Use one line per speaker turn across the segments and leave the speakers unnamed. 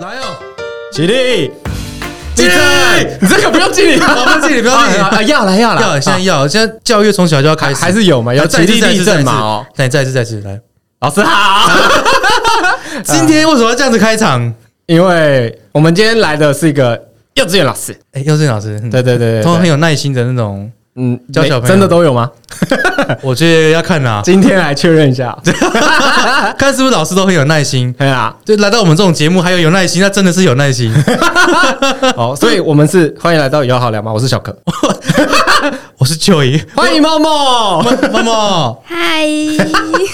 哦
起立！
起立！
你这个不用敬 礼
好不要敬礼不要敬礼
啊啊啊！要来要来，
要现在要，现在教育从小就要开始，
还是有嘛？有起
再一次
立
再一
立
次再一
正
次
嘛？哦，
来再一次再一次来。
老师 好。
今天为什么要这样子开场？
因为我们今天来的是一个幼稚园老师，
哎，幼稚园老师，嗯
对对对对
通常很
对，
有耐心的那种，
嗯，
教
没
小朋友
真的都有吗？
我觉得要看啦，
今天来确认一 下，
看是不是老师都很有耐心。
对啊，
就来到我们这种节目，还有有耐心，那真的是有耐心。
哦，所以我们是欢迎来到友好聊吗？我是小可，
我是 Joy，
欢迎猫猫，
妈妈
嗨，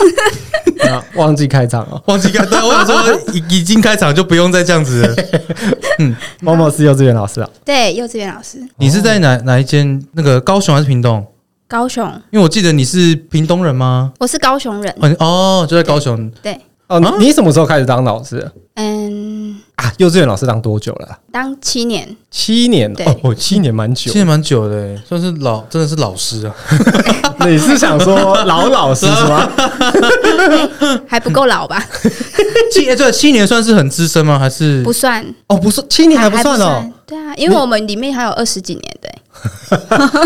啊忘记开场了，
忘记开，对我想 说已已经开场就不用再这样子了。
猫猫是幼稚园老师啊，
对，幼稚园老师，
你是在哪哪一间？那个高雄还是屏东？
高雄，
因为我记得你是屏东人吗？
我是高雄人。
哦你哦，就在高雄。
对，
哦，你你什么时候开始当老师的
嗯，
啊？幼稚园老师当多久了啊？
当七年，
七年
对
哦，哦七年蛮久
其。实蛮久的欸，算是老，真的是老师 啊。
你是想说老老师是吗？
还不够老吧？
七欸对七年算是很资深吗？还是
不算，
哦，不是，七年还不
还
算哦，。
对啊，因为我们里面还有二十几年 的、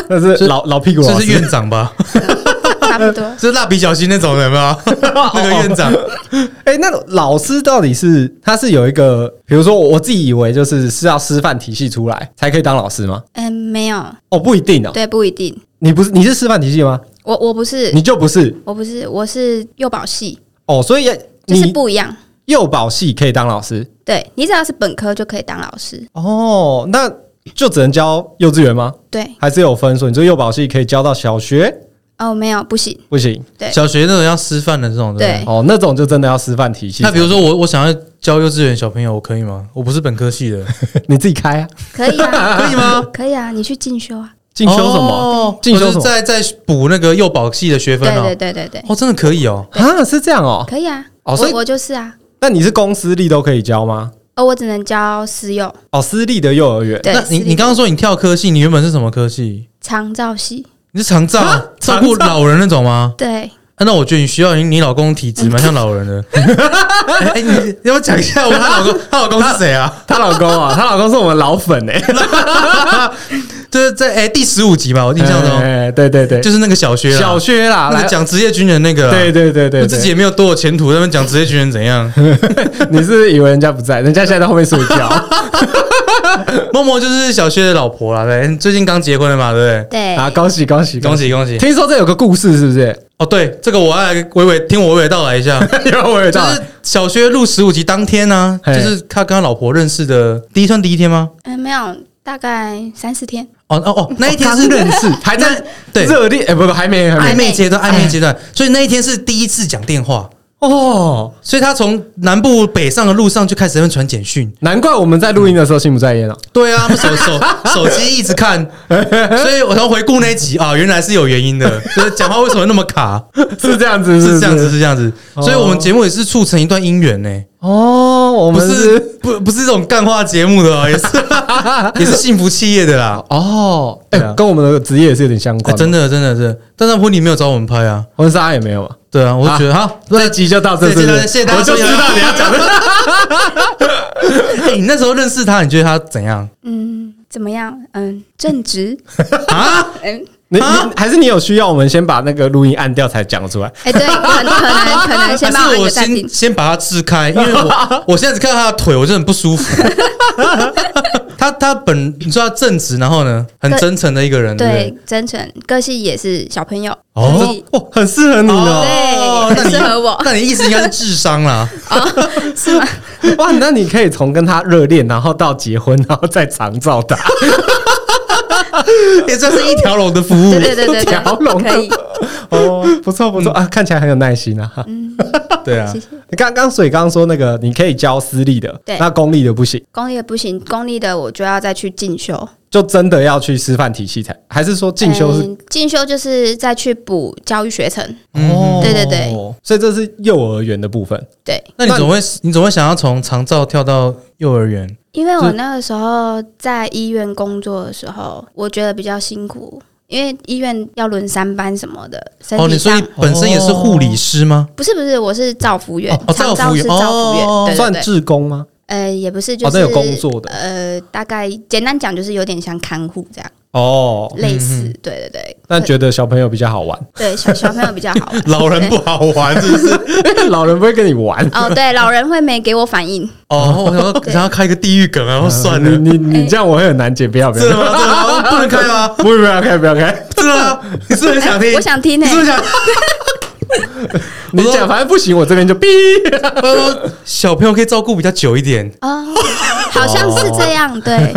那是老老屁股老
这是
师。
院长吧？
差不多。
这是蜡笔小新那种人
哦
吗？那个院 长
哎，那老师到底是他是有一个，比如说我我自己以为就是是要师范体系出来才可以当老师吗？
嗯，没有，
哦，不一定哦。
对，不一定。
你不是你是师范体系吗？
我我不是，
你就不是
我不是，我是幼保系，
哦，所以
就是
你
不一样。
幼保系可以当老师
对你只要是本科就可以当老师。
哦，那就只能教幼稚园吗？
对，
还是有分数？你说幼保系可以教到小学
哦，没有，不行。
不行
对
小学那种要师范的这种人
对。
哦，那种就真的要师范体系才。
那比如说我，我想要教幼稚园小朋友，我可以吗？我不是本科系的，
你自己开啊，
可以啊，
可以吗？
可以啊，你去进修啊。
进修什么？
哦
进修
我
什
是
么
在在补那个幼保系的学分
对
哦
对。对对对，
哦，真的可以哦。
啊，是这样哦。
可以啊。
哦所以
我我就是啊，
那你是公私立都可以教吗？
哦，我只能教私幼。
哦，私立的幼儿园
对
那，你
私立
你刚刚说你跳科系，你原本是什么科系？
长照系，
你是长
啊
照照顾
长照
老人那种吗？
对，
啊那我觉得你需要你你老公体质蛮像老人的。哎、 哎你 你要不要讲一下我她老公？她老公是谁啊？
她老公啊，她老公是我们老粉哎、
就是在哎、第十五集吧，我印象中
哎对对对，
哦就是那个小薛啊啦，
小薛啦，
那
来
个，讲职业军人那个啊，
对对对对
我自己
对，
也没有多有前途，他们讲职业军人怎 样？
你是以为人家不在，人家现在在后面睡 觉，
默默就是小薛的老婆啦，对，最近刚结婚了嘛，对不
对，
啊，恭喜恭喜
对？哎恭！喜恭喜！
听说这有个故事是不 是？
哦，对，这个我要来娓娓听我娓娓道来一下。
有我也
就
到
是小薛录十五集当天呢、
嘿
就是他跟他老婆认识的第一算第一天吗？
嗯，没有，大概三四天。
哦哦哦，那一天
刚
是
认识，还在
对
热烈哎，不不，还没还
暧
没
昧阶段，暧昧阶段，所以那一天是第一次讲电话，
哦，
所以他从南部北上的路上就开始在那边传简讯。
难怪我们在录音的时候心不在焉啊，
对啊，他们手 手手机一直看，所以我从回顾那一集啊，原来是有原因的，就是讲话为什么那么卡，
是这样子，
是这样
不
子，是这样子，
哦
所以我们节目也是促成一段姻缘呢，
哦，我
不
们
是
是
不不是这种干话节目的哦，也是 也是幸福企业的啦，
哦，哎
对啊，
跟我们的职业也是有点相
哎
关，
真的真的是，但是婚礼没有找我们拍啊，
婚纱也没有嘛。
对啊，我就觉得哈，
这集就到这，
这集
是不是
到这谢谢大家
我就知道你要讲的。
哎你那时候认识他，你觉得他怎样
嗯，怎么样？嗯，正直。
啊？
嗯，
你
啊
你还是你有需要，我们先把那个录音按掉才讲出来。
哎、对，可能可能可能先
还是
把那
啊我
个暂停
先。先把它支开，因为 我我现在只看到他的腿，我就很不舒服。他他本你说他正直，然后呢，很真诚的一个人，对不对
对，真诚，个性也是小朋友，
哦
所以
哦，很适合你哦。
哦
对
那你
很适合我
那你意思应该是智商 啦，
是吗？
哇，那你可以从跟他热恋，然后到结婚，然后再长照 他。
也算是一条龙的服务
对。对对对
条龙
对，可以，
哦，不错不错啊，看起来很有耐心啊。
对啊
嗯谢，谢。
你刚刚所以刚刚说那个，你可以教私立的，
对
那公立的不行，
公立的不行，公立的我就要再去进修。
就真的要去师范体系才，还是说进修是？
嗯进、修就是再去补教育学程，
哦，
哎对对对，
所以这是幼儿园的部分。
对，
那你总会你总会想要从长照跳到幼儿园，
因为我
是
那个时候在医院工作的时候，我觉得比较辛苦，因为医院要轮三班什么的，身
哦，
体
你所
上、
以本身也是护理师吗？
不是不是，我是照服员
哦，哦
长照
照服员
是照服员，
哦
对对
算
对，
志工吗？
呃，也不是，就
哦，
是、
那有工作的
呃，大概简单讲就是有点像看护这样，
哦，
类似，
嗯，
对对对。
但觉得小朋友比较好玩，
对小小朋友比较好玩
老人不好玩， 是不是？
老人不会跟你玩。
哦，对，老人会没给我 反应，
哦，我想要想要开一个地狱梗，然后算 了，
你你你这样我会很难解，不要不
真的
要，
吗？真的吗？哦不能开吗？
不不要开不要开，
真的吗？你是不是很想听？
哎我想听
你
呢、
是不是想？
你讲反正不行，我这边就哔。
他说小朋友可以照顾比较久一点，
哦，好像是这样，对，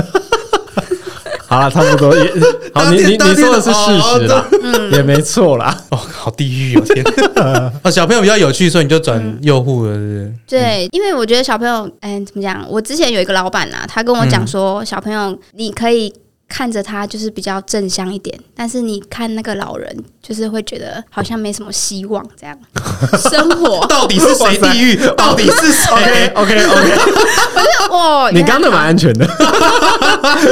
好了，差不多也好，你你
当
你
天
说的是事实啦，嗯也没错啦。
哦，好地狱哦！天哪，哦，小朋友比较有趣，所以你就转右护了，是
对，因为我觉得小朋友，嗯、怎么讲？我之前有一个老板啊，他跟我
嗯
讲说，小朋友你可以看着他就是比较正向一点，但是你看那个老人，就是会觉得好像没什么希望 这样。生
不是？
活，
到底是谁地狱？到底是
OK
谁？
OK OK，
哇，
你刚刚的蛮安 全的，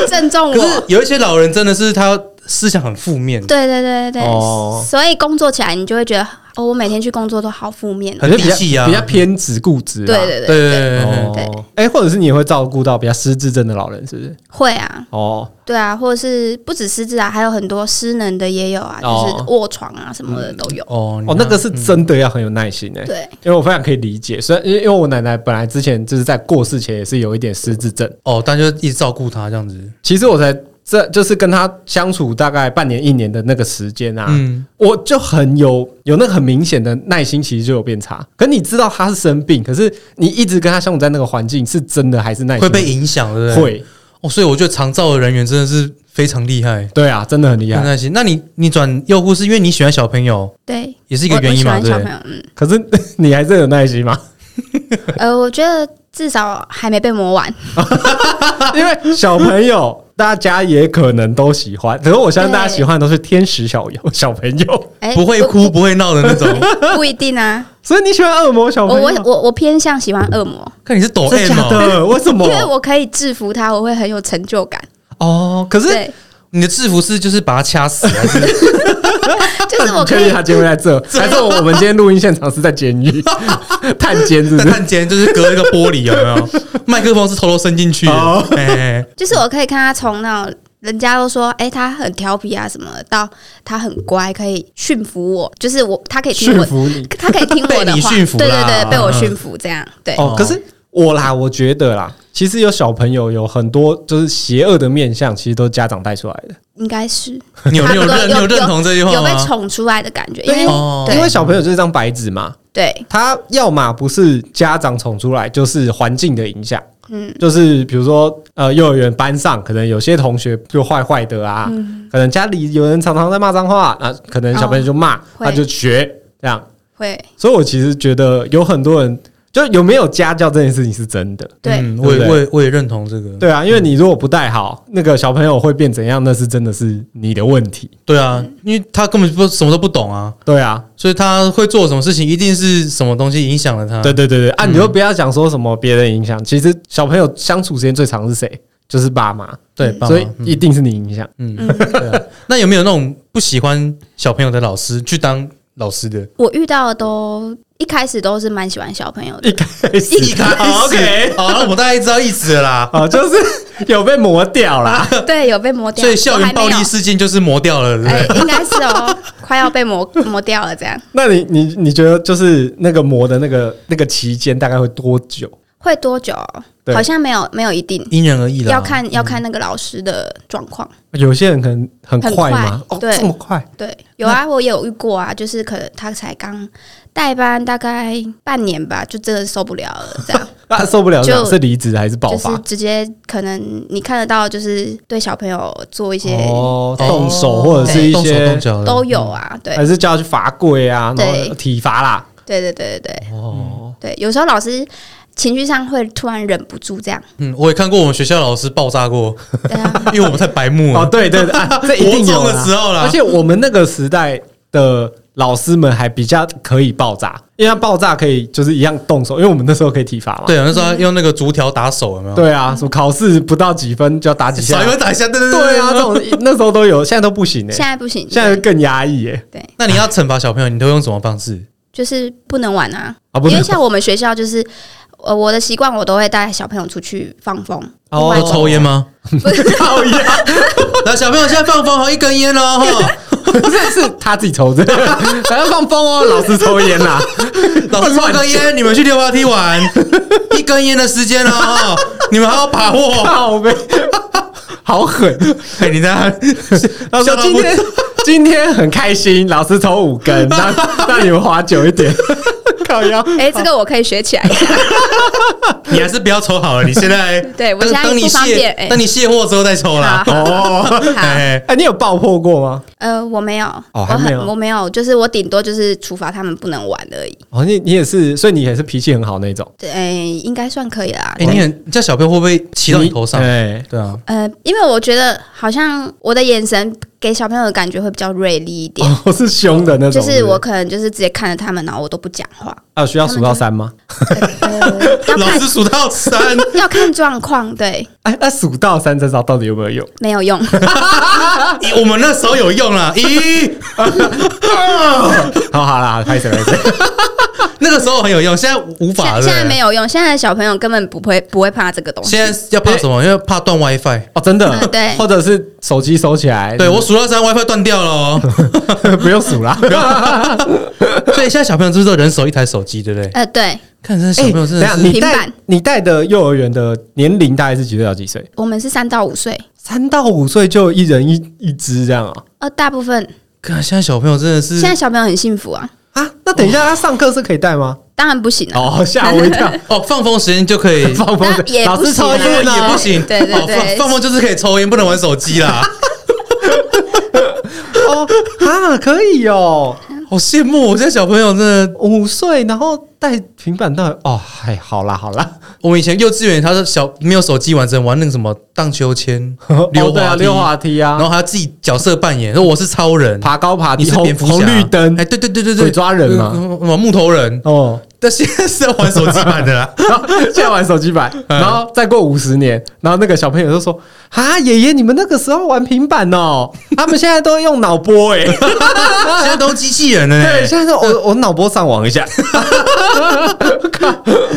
正中
可
我
是。有一些老人真的是他思想很负面，
对对对对对，
哦
所以工作起来你就会觉得，哦，我每天去工作都好负面、哦。
很
比较
低气啊
比较偏执固执啦。
对
对
对对
对
对，
对对，
哦，哎，或者是你也会照顾到比较失智症的老人，是不是？
会啊，
哦，
对啊，或者是不止失智啊，还有很多失能的也有啊，就
哦
是卧床啊什么的都有。
哦
哦，那个是真的要很有耐心哎。
对，
因为我非常可以理解，虽然因为因为我奶奶本来之前就是在过世前也是有一点失智症，
哦，但就一直照顾他这样子，
其实我才这就是跟她相处大概半年一年的那个时间啊，
嗯，
我就很有有那个很明显的耐心，其实就有变差。可你知道她是生病，可是你一直跟她相处在那个环境，是真的还是耐心
会被影响，对不对？。
会？
哦，所以我觉得长照的人员真的是非常厉害，
对啊，真的很厉
很
害。
耐心。那你你转右护是因为你喜欢小朋友，
对，
也是一个原因
我
嘛，
我
对
喜
不
欢
对？
小朋友，嗯，
可是你还是有 耐心吗？
呃，我觉得至少还没被磨完。
因为小朋友。大家也可能都喜欢，可是我相信大家
对
喜欢的都是天使小友小朋友，
哎、
不会哭不会闹的那 种。
不不一 定啊。
所以你喜欢恶魔小
哦
我
朋友？
哦我我我偏向喜欢恶魔，
看你是抖
真
M
假
哦，
的？为什么
因？为我可以制服他，我会很有成就感。
哦，可 是
对，
你的制服是就是把他掐死还是？
就是我
你确
可以
定他今天会在这？还是我们今天录音现场是在监 狱探监，是不
在
是？
探监就是隔一个玻璃有没 有？麦克风是偷偷伸进去
哦
的，哎，
就是我可以看他从那种人家都说，哎、他很调皮啊什么的，到他很乖，可以驯服我，就是我，他可以听
驯
我，
服你
他可以听我
被
的
你
话，
驯服啦
对对对，被我
嗯
驯服这样，对，
哦。可是我啦，我觉得啦，其实有小朋友有很多就是邪恶的面相，其实都是家长带出来的。
应该是
你有
差
你
不
有
多
认你有认同这句话
有被
吗？
宠出来的感觉，因
对
为
哦
因
对
为小朋友就是张白纸嘛，
对，
他要么不是家长宠出来，就是环境的影响。
嗯，
就是比如说，呃，幼儿园班上可能有些同学就坏坏的啊，可能家里有人常常在骂脏话，啊，可能小朋友就骂，
会
他就学这样。
会
所以我其实觉得有很多人，就有没有家教这件事情是真的。
对。
嗯我也
对不
我
对
也我也认同这个。
对啊，因为你如果不带好，那个小朋友会变怎样，那是真的是你的问题。
对啊，因为他根本不什么都不懂啊，
对啊，
所以他会做什么事情一定是什么东西影响了他。
对对对对
嗯
啊，你就不要讲说什么别人影响，其实小朋友相处时间最长是谁？就是爸妈，
对，爸妈
所以一定是你影响。
嗯，对啊。那有没有那种不喜欢小朋友的老师去当老师 的？
我遇到的都一开始都是蛮喜欢小朋友 的，
一开始
一开始
好 哦 OK，
好，哦那我们大概知道意思了啦。
好，就是有被磨掉啦。
对，有被磨掉，
所以校
我还
园
没
暴
有
力事件就是磨掉了，对不
哎
对？、
应该是哦， 快要被磨磨掉了，这样
那你你你觉得就是那个磨的那个那个期间大概会多久？
会多久？哦
对啊
好像没有没有一定，
因人而异啦。
要
嗯
看要看那个老师的状况。
有些人可能很
很
快嘛，
快
哦，
对
这么快，
对，有啊，我有遇过啊，就是可能他才刚代班大概半年吧，就真的受不了了，这样
啊，受不了
就是
是离职还是 爆
就
发
是？直接可能你看得到，就是对小朋友做一些
哦，
对
动手或者是一
动手
些
动，脚的
都有啊，对
还是叫他去罚跪啊，然后
对
体罚啦。
对对对对对
哦，
对，有时候老师情绪上会突然忍不住 这样，
嗯，我也看过我们学校老师爆炸过，
对啊，
因为我们太白目
哦，
了。
对对对， 啊这一定有
国中
啦
的时候啦
而且我们那个时代的老师们还比较可以爆炸，因为他爆炸可以就是一样动手，因为我们那时候可以体罚嘛。
对，啊那时候他用那个竹条打手，有没有？，
对啊，什么考试不到几分就要打几下
少一，个打一下，对对
对啊，这。种那时候都有，现在都不行哎、
现在不行，
现在更压抑哎、
对对，
那你要惩罚小朋友，你都用什么方式？
就是不能玩啊，
啊不能
因为像我们学校就是呃，我的习惯我都会带小朋友出去放风。
哦，
另外
抽烟吗？
讨厌，
来，小朋友现在放风，一根烟哦，哈
不是是他自己 抽的，还要放风哦，老师抽烟啦，
老师抽根烟，你们去溜滑梯玩，一根烟的时间哦，哈你们好好把握。
靠呗，好狠！
哎，你在
老师
笑到
今
不
天 今天很开心，老师抽五根，让 让你们滑久一点， 靠 腰。
哎、这个我可以学起来。
你还是不要抽好了，你现在
对我现在
等你
不方
卸
便哎
等你卸货之后再抽啦。
好
哦，
好
哎，
哎，你有爆破过吗？
呃，我没有，我
还没
很
有
我没有，就是我顶多就是处罚他们不能玩而已。
哦，你你也是，所以你也是脾气很好那种，
对，哎应该算可以啦。
哎，你很，你这小朋友会不会骑到你头上？
对，
对啊，
呃，因为我觉得好像我的眼神给小朋友的感觉会比较锐利一点，
哦， 是凶的那
就
种，
是我可能就是直接看着他们，然后我都不讲话。
啊，需要数到三吗？
呃要
老
看
师数到 三，
要看状况，对，
哎，那数到三这招到底有没有用？
没有用。
我们那时候有用啦。咦，
好好啦，开始开始，
那个时候很有用，现在无
现
法了。
现在没有用，现在的小朋友根本不会不会怕这个东西。
现在要怕什
哎
么？因为怕断 WiFi。
哦，真的，
嗯对
或者是手机收起来，
对我数到三，WiFi 断掉了哦。
不用 数啦。
所以现在小朋友就是说人手一台手机，对不对？
呃，对，
看这小朋友真的
哎
是
等一下你
平
带
板
你带的幼儿园的年龄大概是几岁到几岁？
我们是三到五岁，
三到五岁就一人一一只这样啊？
呃，大部分
看现在小朋友真的是
现在小朋友很幸福啊，
啊，那等一下他上课是可以带吗？
当然不行啊，
哦，吓我一跳，。
哦，放风时间就可以
放风
那
筝，
也
老
不
师
行
抽
啊
烟
也
啊
不行，
对对
哦
对
放放风就是可以抽烟，不能玩手机啦，
哦 啊，可以哦，
好羡慕！我现在小朋友真的，
五岁然后带平板到哦，还好啦好啦，
我们以前幼稚园他是小没有手机玩，只能玩那个什么荡秋千
哦、、
溜
对
滑
啊
梯，
溜滑梯
然
啊，
后还要自己角色扮演，说我是超 人，
爬高爬
你
低，
是
红
蝙蝠侠，
红绿灯
哎，对对对对对，
鬼抓人嘛
呃什么木头 人，
哦。
但现在是在玩手机版的 啦。
然后现在玩手机 版，然后再过五十年，然后那个小朋友就说：“嗯啊，爷爷，你们那个时候玩平板 哦，他们现在都用脑波哎、
现在都机器人了、
对，
欸。
现在是我我脑波上网一下，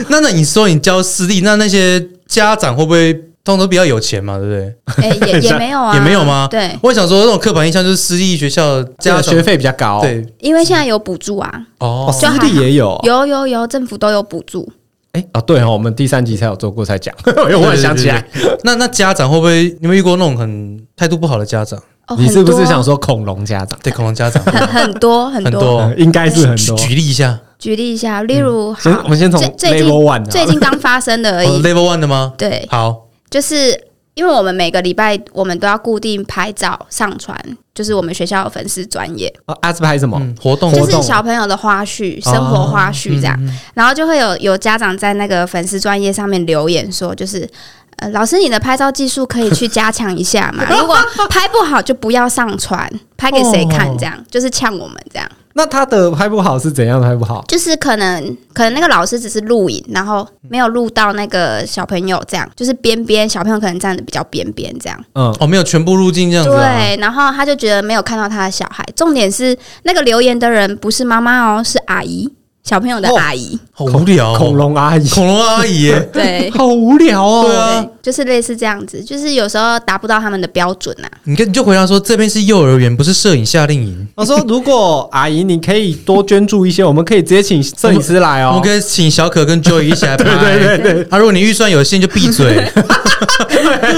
那那你说你教私立，那那些家长会不会通常都比较有钱嘛？对不对？
哎、也也没有啊，
也没有吗？
对，
我也想说那种刻板印象就是私立学校
这
家
个
长
学费比较高，，
对
因为现在有补助啊，
哦，
哦
私立也有，
有有有，政府都有补助，
哎啊，对哦，我们第三集才有做过才讲， 我又忽然想起来，
对。对对对那那家长会不会你们遇过那种很态度不好的家长？
哦，
你是不是
很多
想说恐龙家长？
对，恐龙家长
很很 多很
很
多
多哦
嗯应该是很多嗯
举。举例一下，
举例一下，例如
先，
好
我们先从
最最近
level one
最
啊，
近刚发生的
哦
而已，
level one 的吗？
对，
好，
就是因为我们每个礼拜我们都要固定拍照上传，就是我们学校的粉丝专业，
啊啊是拍什么？
嗯，活动
就
活
是
动
小朋友的花絮、生活花絮这样，然后就会有有家长在那个粉丝专业上面留言说，就是。呃，老师，你的拍照技术可以去加强一下嘛？如果拍不好就不要上传，拍给谁看？这样、就是呛我们这样，
那他的拍不好是怎样的拍不好？
就是可能可能那个老师只是录影，然后没有录到那个小朋友这样，就是边边小朋友可能站的比较边边这样。
嗯，
哦，没有全部入境这样子、啊。
对，然后他就觉得没有看到他的小孩。重点是那个留言的人不是妈妈哦，是阿姨，小朋友的
哦
阿姨。
好无聊、哦，
嗯恐龙阿姨，
恐龙阿姨 耶，
对，
好无聊哦。
对啊，
就是类似这样子，就是有时候达不到他们的标准啊呐、
你跟你就回答说这边是幼儿园，不是摄影夏令营。
我说，如果阿姨你可以多捐助一些，我们可以直接请摄影师来
我
哦
们。可以请小可跟 Joy 一起 来拍。
对对对
啊，如果你预算有限，就闭嘴。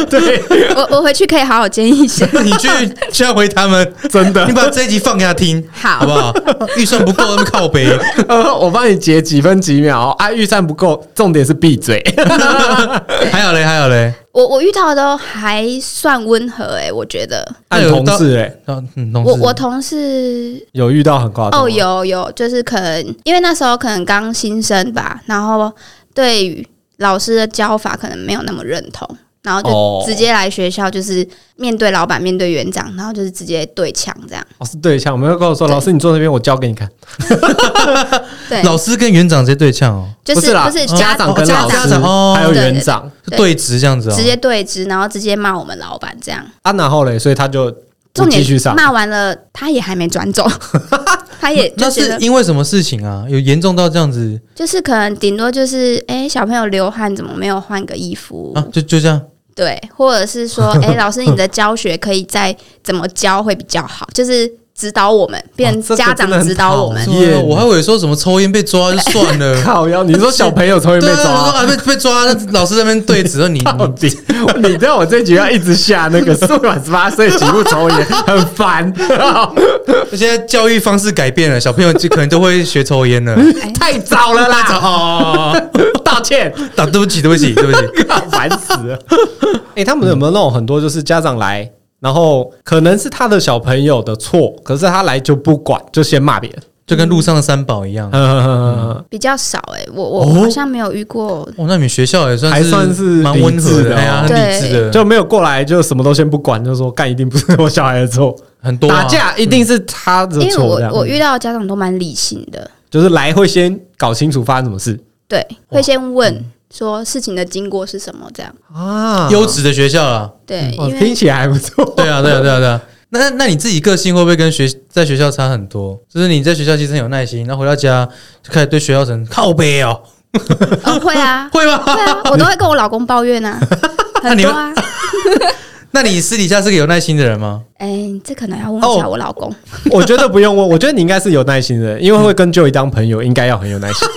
对对，
我我回去可以好好建议 一下。
你去去回他们，
真
你
的。
把这一集放给他听，
好
好不好？预算不够，他们靠 背。
呃， 我帮你截几分几秒哦啊，预算不够，重点是闭嘴。
还有嘞，还有嘞，
我我遇到的都还算温和诶、我觉得。
啊，你同事哎、
啊，嗯，同事
我我同事
有遇到很夸张吗
哦，有有，就是可能因为那时候可能刚新生吧，然后对于老师的教法可能没有那么认同，然后
哦
就直接来学校，就是面对老板、面对园长，然后就是直接对呛这样。
老师对象，我们要跟我说，
对
老师你坐那边，我教给你看。
对，
老师跟园长直接对呛哦，
就是
不是啦
家
长
哦
跟
家
老
家
师
长哦
还有园长
对
对直这样子哦，
直接对峙，然后直接骂我们老板这样。
啊，然后嘞，所以他就不
重点
继续上。
骂完了，他也还没转走，他也
那
就觉
是
得
因为什么事情啊？有严重到这样子
就是可能顶多就是哎、诶小朋友流汗怎么没有换个衣服？
啊？就就这样，
对，或者是 说哎、诶老师你的教学可以再怎么教会比较好，就是指导我们，变
哦这个
成家长指导我们
真。
是
的
吗
很讨厌
啊我还以为说什么抽烟被抓就算 了。
靠腰，你说小朋友从来没
对
被
啊，我说
抓，
啊被被抓，那老师在那边对指着你，
到
你
底你知道我这局要一直下那个宿满十八岁请勿抽烟，很烦，
现在教育方式改变了，小朋友就可能都会学抽烟 了。
太早了啦，
哦，
道歉。
打对不起，对不起，对不起。
烦死了！哎、他们有没有那种很多就是家长来，然后可能是他的小朋友的错，可是他来就不管，就先骂别人。
就跟路上的三宝一样。
嗯
比较少哎、诶我我
哦
好像没有遇过，
哦，那你们学校也算
还算是
蛮温和
理智的
的，
哦
哎呀，很理
对
智的，
就没有过来，就什么都先不管，就说干一定不是我小孩的错，
很多啊
打架一定是他的
因为
错，
我
这样
我遇到的家长都蛮理性的，
就是来会先搞清楚发生什么事
对，会先问说事情的经过是什么这样，
啊
优质的学校啊。
对，
哦
因为
听起来还不错，
对啊，对啊，对啊，对啊。那那你自己个性会不会跟学在学校差很多？就是你在学校其实很有耐心，然后回到家就开始对学校成靠背哦，，
哦会啊
会吗？
对啊，我都会跟我老公抱怨啊，很多啊。
那你私底下是个有耐心的人吗？
哎、这可能要问一
哦
下我老公。
我觉得不用问，我觉得你应该是有耐心的，因为会跟 Joey 当朋友，应该要很有耐 心，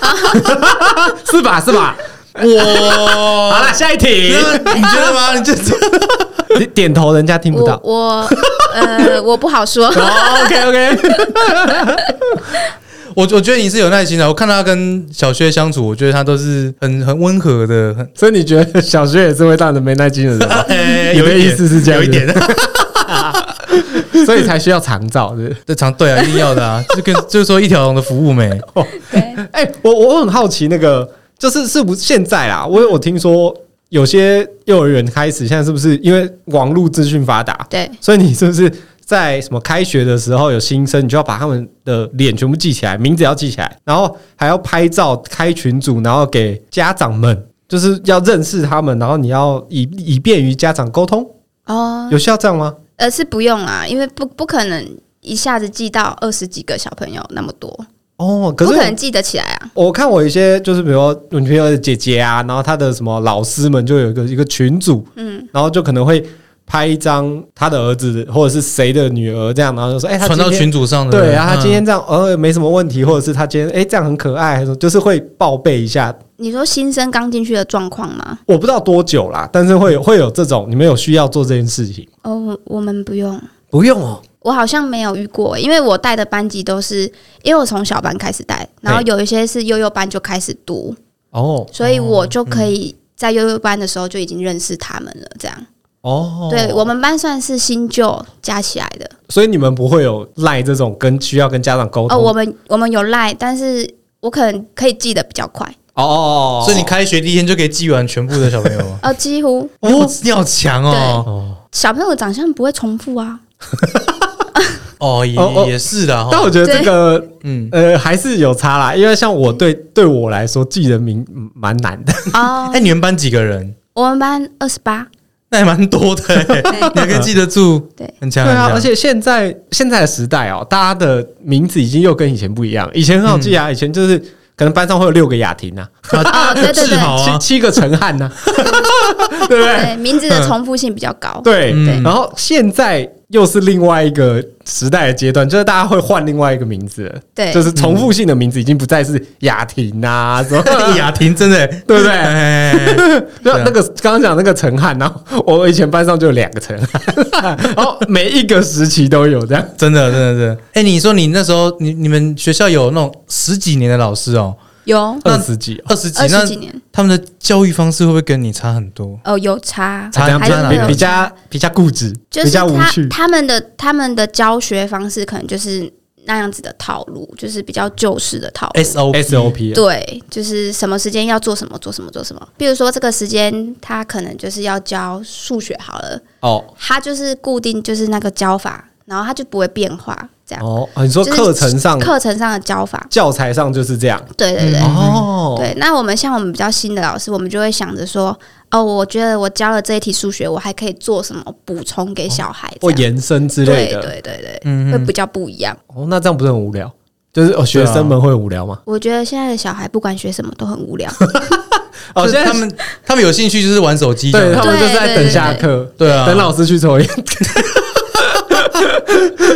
是吧？是吧？
哇，
好了，下一
你
题。
你觉得 吗？你这
你点头，人家听不
我
到。。
我呃，我不好说
哦，OK OK，
我我觉得你是有耐心的。我看他跟小薛相处，我觉得他都是很很温和的，很？
所以你觉得小学也是会让人没耐心的人吗
哎
你的
一点
意思是这样
有一点。
所以才需要长照，是不是？
这常对啊，一定要的啊，就跟就是说一条龙的服务 没，
对，
哎、我我很好奇，那个就是是不是现在啦？我我听说有些幼儿园开始现在是不是因为网络资讯发达，
对，
所以你是不是在什么开学的时候有新生，你就要把他们的脸全部记起来，名字要记起来，然后还要拍照开群组，然后给家长们。就是要认识他们，然后你要以以便于家长沟通，
哦，
有需要这样吗？
呃，是不用啦，因为不不可能一下子记到二十几个小朋友那么多，
哦，可
不
是
可能记得起来啊。
我看我一些就是比如说我女朋友的姐姐啊，然后她的什么老师们就有一个一个群组，
嗯，
然后就可能会拍一张她的儿子或者是谁的女儿这样，然后就说哎，她
传到
今天
群主上的。
对啊，她今
嗯
天这样呃没什么问题，或者是她今天哎这样很可爱，还是就是会报备一下。
你说新生刚进去的状况吗？
我不知道多久啦，但是会有会有这种，你们有需要做这件事情，
哦，我我们不用。
不用哦，
我好像没有遇过、欸因为我带的班级都是，因为我从小班开始带，然后
嘿
有一些是幼幼班就开始读，
哦
所以我就可以在幼幼班的时候就已经认识他们了。这样，
哦，
对我们班算是新旧加起来的。
所以你们不会有赖这种跟需要跟家长沟
哦，
通
我们我们有赖，但是我可能可以记得比较快。？
哦哦，
所以你开学第一天就可以记完全部的小朋友吗
哦，几乎
哦，你好强哦！
哦。
小朋友长相不会重复啊。
哦，也
哦哦
也是的哈。
但我觉得这个
嗯，
呃还是有差啦，因为像我对对我来说记人名嗯蛮难的，
哦
哎，，你们班几个人？
我们班二十八，
那还蛮多的欸， 你还可以记得住，
对，
很
对
强。
啊，
很强
而且现在现在的时代哦，大家的名字已经又跟以前不一样，以前很好记啊，以前就是可能班上会有六个雅婷啊，
哦，对对
志
对，
豪啊
七，七个陈汉 呐，对不对？
对名字的重复性比较高。
对，
嗯
然后现在又是另外一个时代的阶段，就是大家会换另外一个名字了，
对
就是重复性的名字已经不再是雅婷啊， 什么
雅婷真的欸，
对不对
哎？
那那个刚刚讲那个陈汉，然后我以前班上就有两个陈 汉，然后每一个时期都有这样。
真的，真的，真的。哎，你说你那时候，你你们学校有那种十几年的老师哦，
有
那
二十呃几哦
二十几，
二
那
十几年，
他们的教育方式会不会跟你差很多？
哦，有差，
差
比
很
还是
多
会
比
有
比较比较固执，
就是
比较无
他
趣。
他们的他们的教学方式可能就是那样子的套路，就是比较旧式的套路。
SOP
SOP 啊
对，就是什么时间要做什么，做什么，做什么。比如说这个时间，他可能就是要教数学好了，
哦
他就是固定就是那个教法，然后他就不会变化，这样。
哦，你说
就是
课程上
课程上的教法，
教材上就是这样
对对对、
哦，
对。那我们像我们比较新的老师，我们就会想着说，哦，我觉得我教了这一题数学，我还可以做什么补充给小孩这
或
样，
哦延伸之类
对
的。
对对对，
嗯
会
哼
比较不一样。
哦，那这样不是很无聊？就是哦，学生们会无聊吗？
我觉得现在的小孩不管学什么都很无聊，
哦，
就
现
是
在
他们他们有兴趣就是玩手机这
对
样，
他们就是在等下课，
对啊，
等老师去抽烟，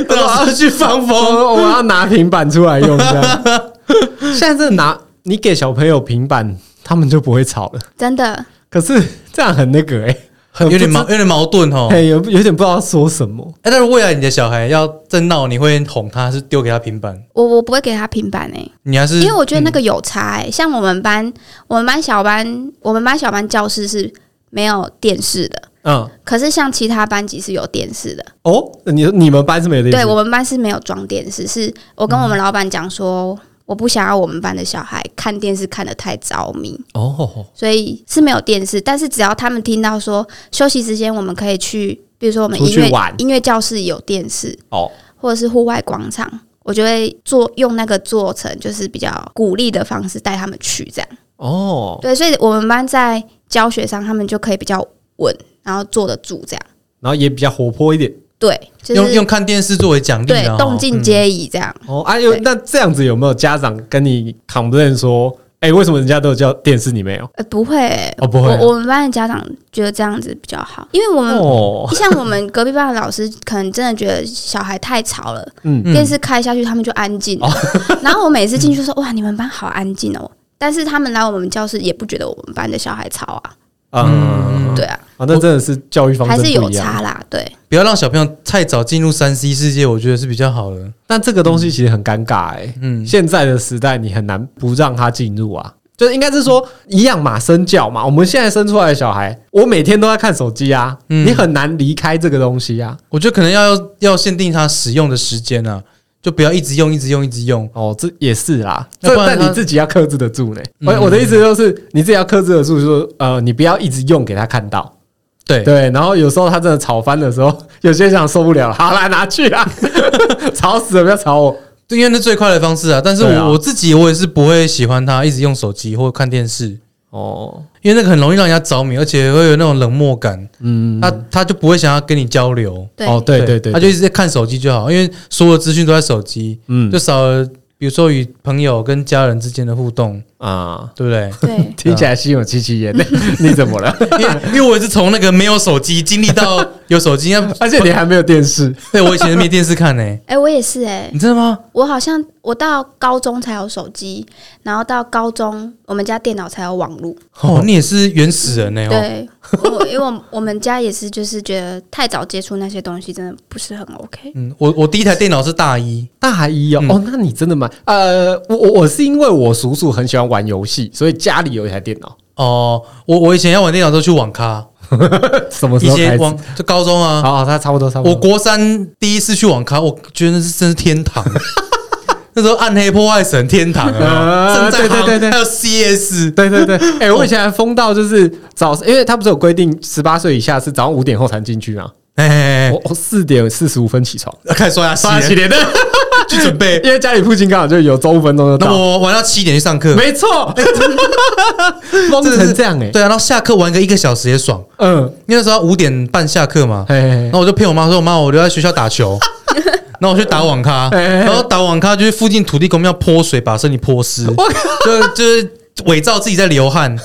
等 老师去放风，
哦我我要拿平板出来用。这 样，现在真的拿你给小朋友平板，他们就不会吵了。
真的。
可是这样很那个哎、欸，很
有点
不
矛，
知
有点矛盾哦。
哎、有有点不知道说什么。
哎，但是未来你的小孩要真闹，你会哄他，还是丢给他平板？
我我不会给他平板哎、
你还是
嗯
因为我觉得那个有差哎、像我们班，我们班小班，我们班小班教室是没有电视的，
嗯，
可是像其他班级是有电视的。
哦，你你们班是没有电视？
对我们班是没有装电视，是我跟我们老板讲说，我不想要我们班的小孩看电视看得太着迷，
哦，
所以是没有电视。但是只要他们听到说休息时间我们可以去，比如说我们
出
音
去
乐
玩
音乐教室有电视，
哦，
或者是户外广场，我就会做用那个做成就是比较鼓励的方式带他们去这样。
哦，
对，所以我们班在教学上他们就可以比较稳，然后坐得住这样。
然后也比较活泼一点。
对，就是
用用看电视作为奖励
对
啊，
动静皆宜这样。
哦，啊，有
对
那这样子有没有家长跟你 complain 说，哎、为什么人家都有叫电视你没有？
呃，不会、欸，
哦不会啊
我我们班的家长觉得这样子比较好，因为我们、
哦，
像我们隔壁班的老师，可能真的觉得小孩太吵了，
嗯哦
嗯
电视开下去他们就安静了。 然后我每次进去就说：“哇，你们班好安静哦。”但是他们来我们教室也不觉得我们班的小孩吵啊，
嗯，
对啊，
啊，那真的是教育方
还
针
是有
不一样。
差啦，对，
不要让小朋友太早进入三 C 世界，我觉得是比较好的。
但这个东西其实很尴尬哎、
嗯，
现在的时代你很难不让他进入啊。就是应该是说一样嘛，身教嘛。我们现在生出来的小孩，我每天都在看手机啊，
嗯
你很难离开这个东西啊。
我觉得可能要要限定他使用的时间啊，就不要一直用，一直用，一直用。
哦，这也是啦，
那
这
不然
但
他
你自己要克制得住呢。
嗯
我我的意思就是，你自己要克制得住，就是说呃，你不要一直用给他看到，
对，
对。然后有时候他真的吵翻的时候， 有些想受不了，好啦，拿去啊， 吵死了，不要吵我。
对因为那最快的方式啊。但是我、
对啊
我自己我也是不会喜欢他一直用手机或看电视，
哦，
因为那个很容易让人家着迷，而且会有那种冷漠感。
嗯，
他他就不会想要跟你交流。
对，
哦，对对对，
他就一直在看手机就好，因为所有资讯都在手机，
嗯
就少了比如说与朋友跟家人之间的互动，
啊，
对不对？
对，
听起来心有戚戚焉。 你怎么了？
因为因为我也是从那个没有手机经历到有手机，因为
而且你还没有电视，
对我以前没电视看呢、欸
哎、我也是哎、
你真的吗？
我好像我到高中才有手机，然后到高中我们家电脑才有网络。
哦，你也是原始人呢、哦，
对，我因为我我们家也是，就是觉得太早接触那些东西，真的不是很 OK。
嗯，我我第一台电脑是大一，
大一哦，
嗯
哦，那你真的蛮呃，我我我是因为我叔叔很喜欢玩游戏，所以家里有一台电脑。
哦，我我以前要玩电脑都去网咖，
什么时
以
候开
前
始？
网就高中啊，
哦，他差不多差不多。
我国三第一次去网咖，我觉得那是真是天堂。 那时候暗黑破坏神天堂啊，
啊
正在行
对对对对
还有 CS，
对 对对，哎、我以前还疯到就是早，因为他不是有规定十八岁以下是早上五点后才进去吗？
哎哎哎
我我四点四十五分起 床，
哎，开始刷牙洗
刷牙洗
脸
脸的，
去准备，
因为家里附近刚好就有，走五分钟就
那
到。
我玩到七点去上课，
没错， 疯
真的是
成这样哎、
对啊，然后下课玩个一个小时也爽，
嗯，
因为那时候五点半下课嘛，
嘿嘿
然
嘿
后我就骗我妈说，妈，我留在学校打球，然后我去打网咖，
哎哎哎
然后打网咖就是附近土地公庙泼水，把身体泼湿，就就是伪造自己在流汗，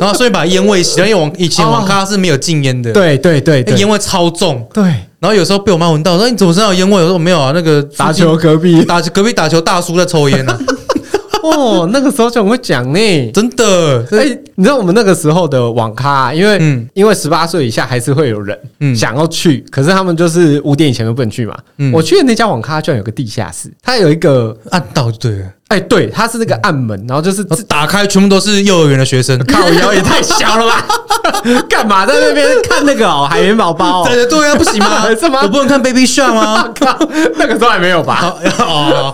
然后顺便把烟味洗掉，因为网以前网咖是没有禁烟的，
对对对
欸
对
烟味超重，
对，
然后有时候被我妈闻到，我说哎你怎么知道有烟味？我说没有啊，那个
打球隔 壁
打隔壁打球大叔在抽烟 啊，
哦，那个时候就很会讲呢。
真的，
哎、你知道我们那个时候的网咖、啊因为、
嗯
因为十八岁以下还是会有人
嗯
想要去，可是他们就是五点以前都不能去嘛。
嗯
我去的那家网咖居然有个地下室，它有一个
按到就对了，
哎、对，它是那个暗门，然后就是
然后打开全部都是幼儿园的学生，
靠腰也太小了 吧？干嘛在那边看那个哦海绵宝宝、哦？
对对对啊，不行 吗？
是吗
我不能看 Baby Shark 吗？
靠，那个时候还没有吧？
好哦，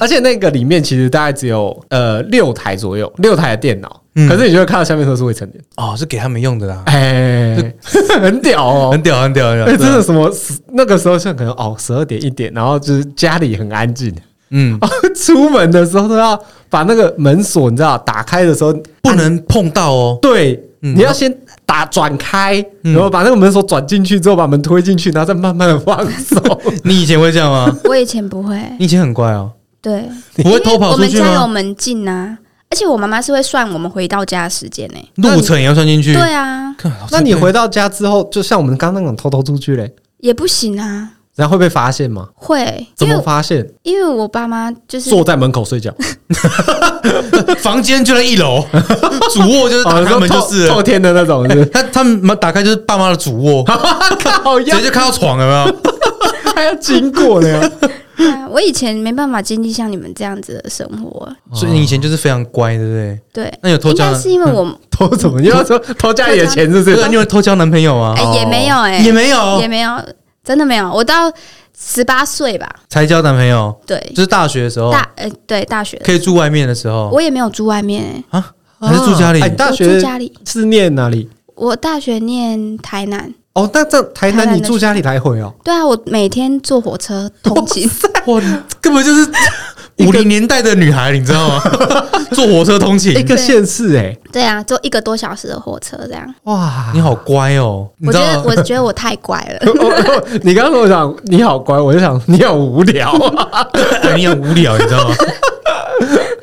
而且那个里面其实大概只有呃六台左右，六台的电脑，
嗯
可是你就会看到下面都是未成年，
哦，是给他们用的啦，
哎、 很屌哦，
很屌，很屌，很屌，
哎、真
对
的
啊，
什么？那个时候像可能哦，十二点一点，然后就是家里很安静，
嗯，
哦，出门的时候都要把那个门锁，你知道，打开的时候，
不能碰到哦，
对，
嗯
你要先打转开，
嗯
然后把那个门锁转进去之后，把 门推进去，然后再慢慢的放手。
你以前会这样吗？
我以前不会，
你以前很乖哦，
对，
不会偷跑
我
出
们
去
家有
吗？
门禁啊，而且我妈妈是会算我们回到家的时间呢、
路程也要算进去。
对啊，
看， 好
那你
残 酷
回到家之后，就像我们刚刚那种偷偷出去嘞，
也不行啊，
然后会被发现吗？
会，
怎
因
么
为
发现？
因为我爸妈就是
坐在门口睡觉，
房间就在一楼， 哦主卧就是打
哦
开门就是
透
了。
天的那种， 是不是
他他们门打开就是爸妈的主 卧，
靠
直接就看到床有没有？
还要经过 呢。
对啊我以前没办法经历像你们这样子的生活，
所以你以前就是非常乖，对不对？
对，
那有嗯偷
应
家
该？是因为我、
哦
偷怎么？你要说偷家里的钱是不
对啊，
是？
你有偷交男朋友吗
哎、？也没有哎、
也没有
也，没有，真的没有，我到十八岁吧，
才交男朋友，
对，
就是哦大学的时候，
大呃对大学，
可以住外面的时候
我也没有住外面、欸，
啊，还是住家里
哎，？你大
我
学
哦住家里，
是念哪里？
我大学念台南，
哦，那这台
台
南
南
你
的
住家里来回哦，
对啊，我每天坐火车通勤，
哇，根本就是五零年代的女孩，你知道 吗？坐火车通勤
一，个
对
县市哎，
对啊，坐一个多小时的火车这样。
哇！
你好乖哦，你
我
知
觉
道
得，
吗？
我觉得我太乖 了。
哦
你刚刚跟我讲你好乖，我就想你好 无聊。
哎你很无聊，你知 道吗？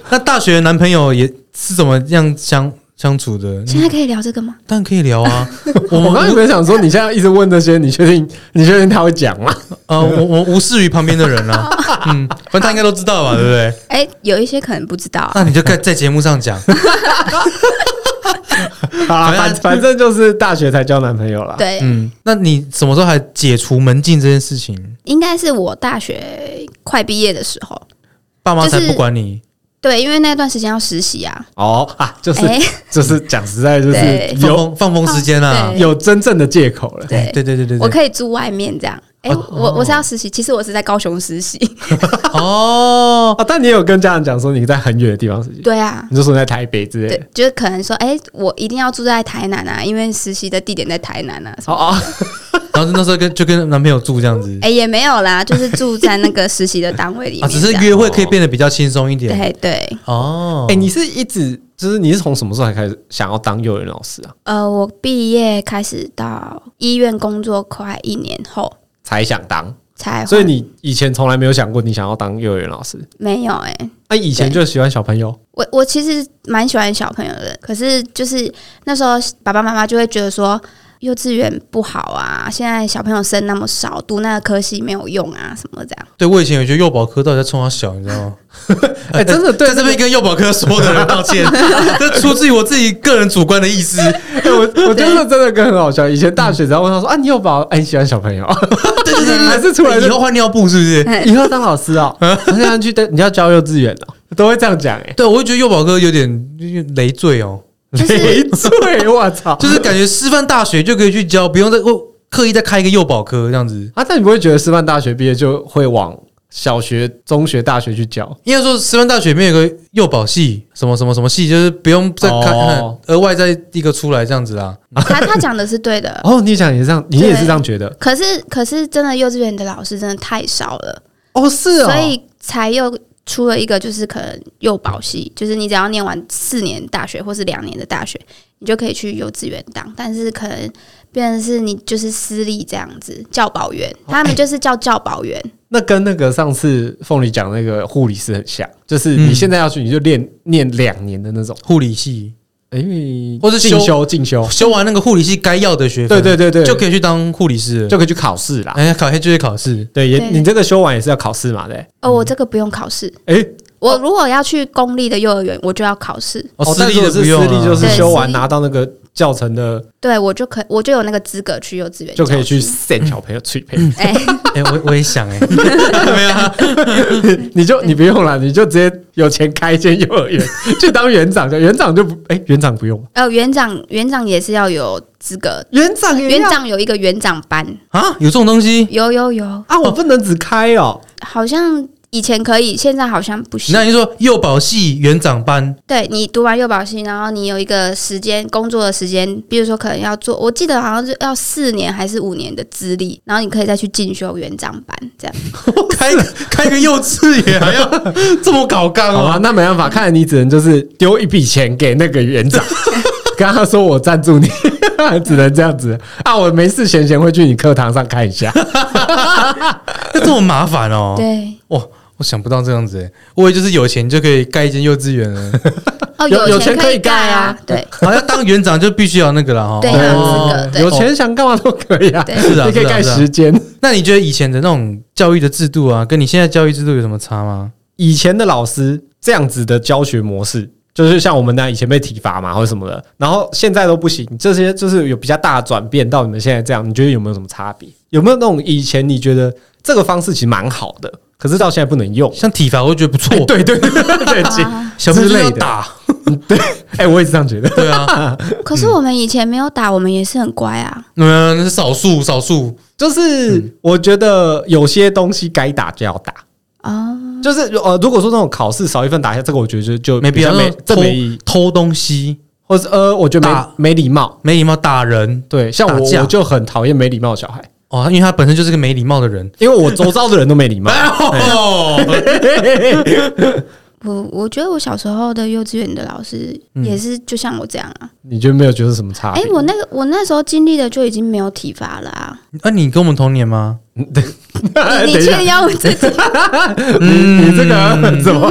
那大学的男朋友也是怎么样相相处的？
现在可以聊这个吗？
但可以聊 啊，我们
我刚刚
无
本想说，你现在一直问这些，你确定 你确定他会讲吗？
呃，我我无视于旁边的人 啊，嗯，反正他应该都知道吧，对不对？
哎、有一些可能不知道啊、
那你就在在节目上讲，
好啦，
啊反正
反反正就是大学才交男朋友啦。
对，
嗯，那你什么时候还解除门禁这件事情？
应该是我大学快毕业的时候。
爸妈才
就是
不管你，
对，因为那段时间要实习啊。
哦啊，就是
哎、
就是讲实在，就是
对
放
有
风放风时间啊
对，
有真正的借口了。
对
对对对对
我
对，
可以住外面这样。哎、
哦
我我是要实习，其实我是在高雄 实习。
哦，
啊，但你有跟家人讲说你在很远的地方实习，
对啊，
你就说你在台北之类
对
的。，
就是可能说，哎、我一定要住在台南啊，因为实习的地点在台南啊。什么
哦哦，
然后那时候跟就跟男朋友住这样子
哎、也没有啦，就是住在那个实习的单位里
啊，
面
只
这
是
样。
约会可以变得比较轻松一点
对对，
哦。
哎，你是一直就是你是从什么时候才开始想要当幼儿园老师啊？
呃，我毕业开始到医院工作快一年后
才想当，
才换，
所以你以前从来没有想过你想要当幼儿园老师。
没有哎、
那以前就喜欢小 朋友，
我我其实蛮喜欢小朋友的，可是就是那时候爸爸妈妈就会觉得说，幼稚园不好啊，现在小朋友生那么少，读那个科系没有用啊，什么这样。
对我以前有觉得幼保科到底在冲他小，你知 道吗？
哎，真的对
在这边跟幼保科说的人道歉， 这出自于我自己个人主观的意思。
哎，我我觉得真的跟很好笑。以前大学只要问他说啊，你有宝，哎，你喜欢小朋友，
对对对对，
还是出来
以后换尿布是不是？
以后当老 师哦，我现在去你要教幼稚园哦，都会这样讲哎。
对，我会觉得幼保科有点有点累赘哦，
就是
累赘，我操！
就是感觉师范大学就可以去教，不用再哦刻意再开一个幼保科这样子。
啊，但你不会觉得师范大学毕业就会往小学、中学、大学去教？
应该说，师范大学里面有个幼保系，什么什么什么系，就是不用再开呃
哦
额外再一个出来这样子啦。
他他讲的是对的，
哦，你想也是这样，你也是这样觉得？
可是可是真的幼稚园的老师真的太少了，
哦，是哦，
所以才又。出了一个就是可能幼保系，就是你只要念完四年大学或是两年的大学，你就可以去幼稚园当，但是可能变成是你就是私立这样子教保员，他们就是叫教保员，
那跟那个上次凤梨讲那个护理师很像，就是你
嗯
现在要去，你就练念两年的那种，
护理系
哎因为
或是
进
修
修进修，
哦修完那个护理系该要的学
对
分，
对对对，
就可以去当护理师了。
就可以去考试啦。
哎呀，考黑就是考试，
对，也
对
你这个修完也是要考试嘛，对？
哦，我这个不用考试。
哎，
我如果要去公立的幼儿园，我就要考试，
哦，私
但
立的
如果
不
是私
用啊
立就是
对
修完
私立
拿到那个教程的，
对我就可我就有那个资格去幼稚园，
就可以去。send 小 朋友去配，
哎、
哎，我我也想哎， 没有啊，
你就你不用了，你就直接有钱开一间幼儿园 去当园长，就园长就不哎，园长不用，
呃，园长园长也是要有资格，
园长也
园
要
长有一个园长班，
啊，有这种东西？
有有有，
啊，我不能只开哦，
好像以前可以，现在好像不行
那。你说幼保系园长班，
对你读完幼保系，然后你有一个时间工作的时间，比如说可能要做，我记得好像是要四年还是五年的资历，然后你可以再去进修园长班这样。
开开个幼稚 园还要这么搞纲
好吧
啊？，
那没办法，看来你只能就是丢一笔钱给那个园 长，跟他说我赞助你， 只能这样子啊。我没事闲闲会去你课堂上看一下，
这么麻烦哦？
对，
哇，我想不到这样子、欸，我以为就是有钱就可以盖一间幼稚园 了，
哦，
有有
钱
钱可
以
以
盖
盖啊，
对
好像当园长就必须要那个了哈。
对
啊
哦
这个对
有钱想干嘛都可以啊，
对
是啊，
你可以
是啊
盖。
是
时
啊
间。
那你觉得以前的那种教育的制度啊，跟你现在教育制度有什么差吗？
以前的老师这样子的教学模式，就是像我们那以前被体罚嘛或者什么的，然后现在都不行，这些就是有比较大的转变到你们现在这样，你觉得有没有什么差别？有没有那种以前你觉得这个方式其实蛮好的，可是到现在不能用？
像体罚，我就觉得不错
哎，对对对对， 对
啊
小朋友就
之
要
类的
打，
哎，我也是这样觉得。
对啊，
可是我们以前没有 打，我们也是很乖啊。
嗯，那是少数少数，
就是我觉得有些东西该打就要打，
哦，
就是呃，如果说那种考试少一分打一下，这个我觉得就就
没
比
必
较
要
没
那种
这
偷
没意义，
偷东西，
或是呃，我觉得
打
没没礼貌。
没礼貌打人
对，像
打
我
架
我就很讨厌没礼貌的小孩。
哦，因为他本身就是个没礼貌的人。
因为我周遭的人都没礼 貌。
哎哦，
我我觉得我小时候的幼稚园的老师也是就像我这样啊。
你觉得没有觉得什么差
哎、
别？
我那个我那时候经历的就已经没有体罚了啊。
那你跟我们同年吗？
你哎你确要自己
你你这个 怎么？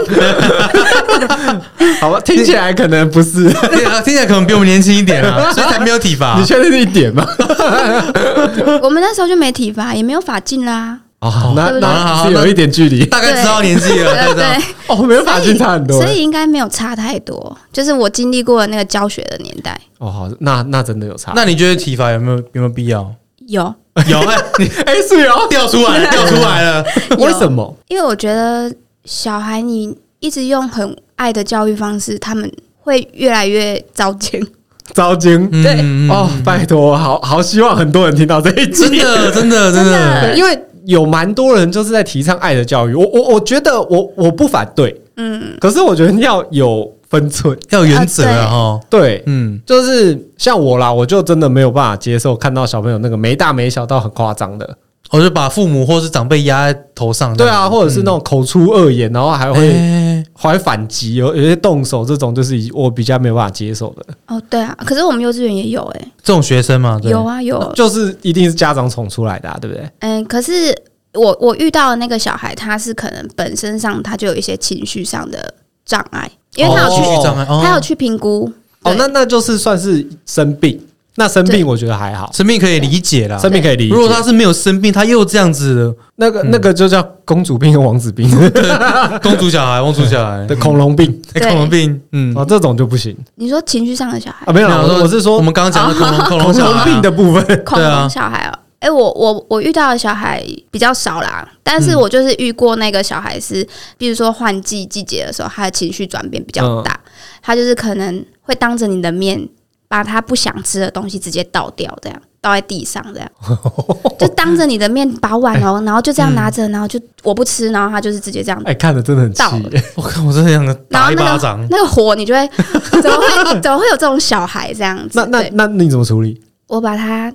好吧，听起来可能不是。
对啊，听起来可能比我们年轻一点啊， 所以才没有体罚
你。确定是一点吗？
我们那时候就没体罚，也没有法禁啦。
啊，那
对不对
那是有一点距离。
哦大概知道年纪了，大概
对啊
知道。
对，
哦，没有法
所以
性差很多哎
所。以应该没有差太多。就是我经历过的那个教学的年代，
哦，好，那那真的有差。
那你觉得体罚有没有有没有必要？
有
有，哎你
哎是有，
掉出来了，掉出来了。
有
为什么？
因为我觉得小孩你一直用很爱的教育方式，他们会越来越糟践。
糟精
对嗯
哦，拜托，好好希望很多人听到这一
真
集。
的，真的，真的
真的，
对因为有蛮多人就是在提倡爱的教育，我我我觉得我我不反对，
嗯，
可是我觉得要有分寸。
要有原则
啊对
啊，哈。
对，
嗯，
就是像我啦，我就真的没有办法接受看到小朋友那个没大没小到很夸张的，
哦我就把父母或是长辈压在头上。
对啊，或者是那种口出恶言，然后还
这样，
啊
会
哎
还反击，有有些动手这种，就是以我比较没有办法接受的，
哦，对啊，可是我们幼稚园也有哎、
这种学生嘛，对
有啊有，
哦呃就是一定是家长宠出来的、啊，对不对？
嗯，可是我我遇到的那个小孩，他是可能本身上他就有一些情绪上的障碍，因为他有
哦
去、
情绪障碍，哦
他有去评估，
哦
对，
那那就是算是生病，那生
对
病我觉得还好，
生病可以理解啦。
生病可以理解。
如果他是没有生病，他又这样子
那个那个就叫公主病跟王子病
嗯
的公主小孩，公主小孩
的， 恐龙病
哎
对
恐龙病，嗯，
哦，这种就不行
你说情绪上的小孩，
啊，没有啦，
没有
我我是说
我们刚刚讲的恐龙恐
恐
龙小
龙
孩
病
啊，
的部分，
恐
对啊
龙小孩哦、哎、我我我遇到的小孩比较少啦，但
嗯
是我就是遇过那个小孩是，比如说换季季节的时候，他的情绪转变比
嗯
较大，他就是可能会当着你的面把他不想吃的东西直接倒掉，这样倒在地上， 这样就当着你的面把碗哦、然后就这样拿
嗯
着，然后就我不吃，然后他就是直接这样
哎，看的真的很气
倒
耶。
了
我靠，我真的想
然
打
后
一
那
巴
个
掌。
那个火，你 就会怎么会怎么会有这种小孩这样子？
那那
对
那你怎么处理？
我把他、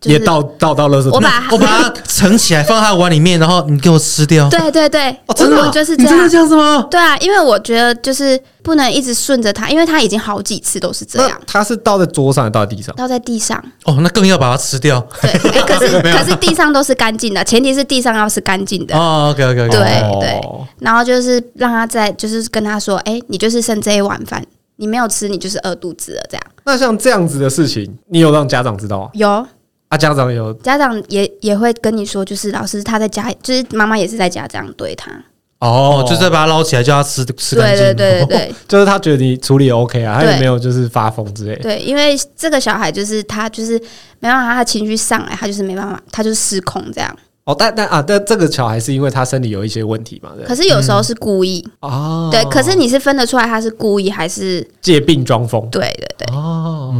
就是、
也倒倒到垃圾
我
桶。
把它
嗯我把它盛起来，放在碗里面，然后你给我吃掉。
对对对，
哦，真的
我
啊、
我就是这
你
样
真的这样子吗？
对啊，因为我觉得就是不能一直顺着他，因为他已经好几次都是这
那
样，
他是倒在桌上，还是倒在地上？
倒在地上。
哦，那更要把它吃掉。
对，诶可是可是地上都是干净的，前提是地上要是干净的。
哦，OK OK OK，
对
哦
对然后就是让他在，就是跟他说，哎、你就是剩这一碗饭，你没有吃，你就是饿肚子了。这样
那像这样子的事情，你有让家长知道啊？
有
啊，家长有
家长也也会跟你说，就是老师他在家，就是妈妈也是在家这样对他。
哦，就是再把它捞起来，叫它吃吃干
对
净。
对对对对
就是他觉得你处理得 OK 啊，他
对
有没有就是发疯之类 的？
对，因为这个小孩就是他就是没办法，他情绪上来，他就是没办法，他就是失控这样。
哦，但但啊，但这个小孩是因为他身体有一些问题嘛？对
可是有时候是故意，
哦，
对，可是你是分得出来他是故意还是
借病装疯
对的，对，
哦，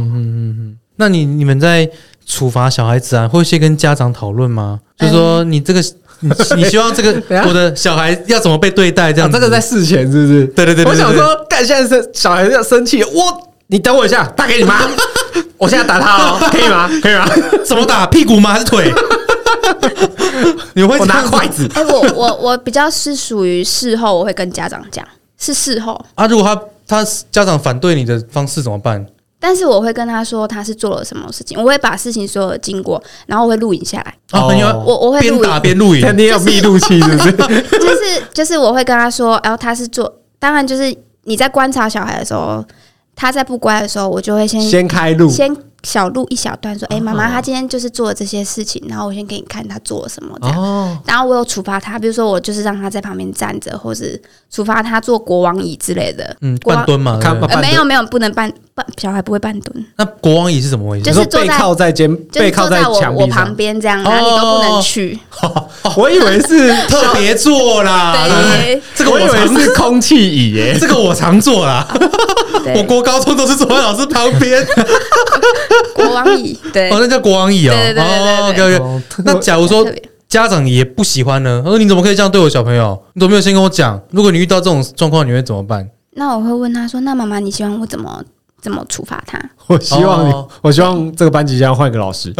那你你们在处罚小孩子啊，会先跟家长讨论吗？就说你这个，你你希望这
哎 等
个
一下
我的小孩要怎么被对待？这
啊
样，
这个在事前是不是？
对对对对对
我想说，干现在是小孩要生气，我你等我一下，打给你妈， 我现在打他哦，可以吗？可以吗？
怎么打？屁股吗？还是腿？你会 这
我拿
样
筷子，
哎、我我我比较是属于事后我会跟家长讲，是事后，
啊？如果他他家长反对你的方式怎么办？
但是我会跟他说他是做了什么事情，我会把事情所有的经过，然后我会录影下来，
啊，很有
我我会
边
录
打
影，
边录影，
天天有密录器是不是？
就是就是我会跟他说，然后他是做，当然就是你在观察小孩的时候，他在不乖的时候，我就会先
先开录，哦
先小录一小段，说，哎、妈妈，他今天就是做了这些事情，然后我先给你看他做了什么这样。
哦，
然后我有处罚他，比如说我就是让他在旁边站着，或是处罚他做国王椅之类的。
嗯，
国
半
王
蹲嘛，
看
对不对
半
呃，
蹲
没有没有，不能半半小孩不会半蹲，
那国王椅是怎么回事？
你
就是
说
坐
背
在
靠在肩，
就是
背
坐
靠
在我
墙
我
壁
旁
上。
边这样，哪里都不能去。
哦
我以为是，
特别做
哦
啦，
对
这个
我以
我
为
常
是空气椅耶。
这个我常做啦，我
对，
国高中都是坐在老师旁边，
国王椅，对
哦，那叫国王椅哦，
对对对
哦
对对
OK，OK
哦
那假如说
特别
家长也不喜欢呢，他说你怎么可以这样对我小朋友？你怎么没有先跟我讲？如果你遇到这种状况，你会怎么 办？
那我会问他说：“那妈妈，你希望我怎么怎么处罚他
我希望你
哦，
我希望这个班级将换个老师。？”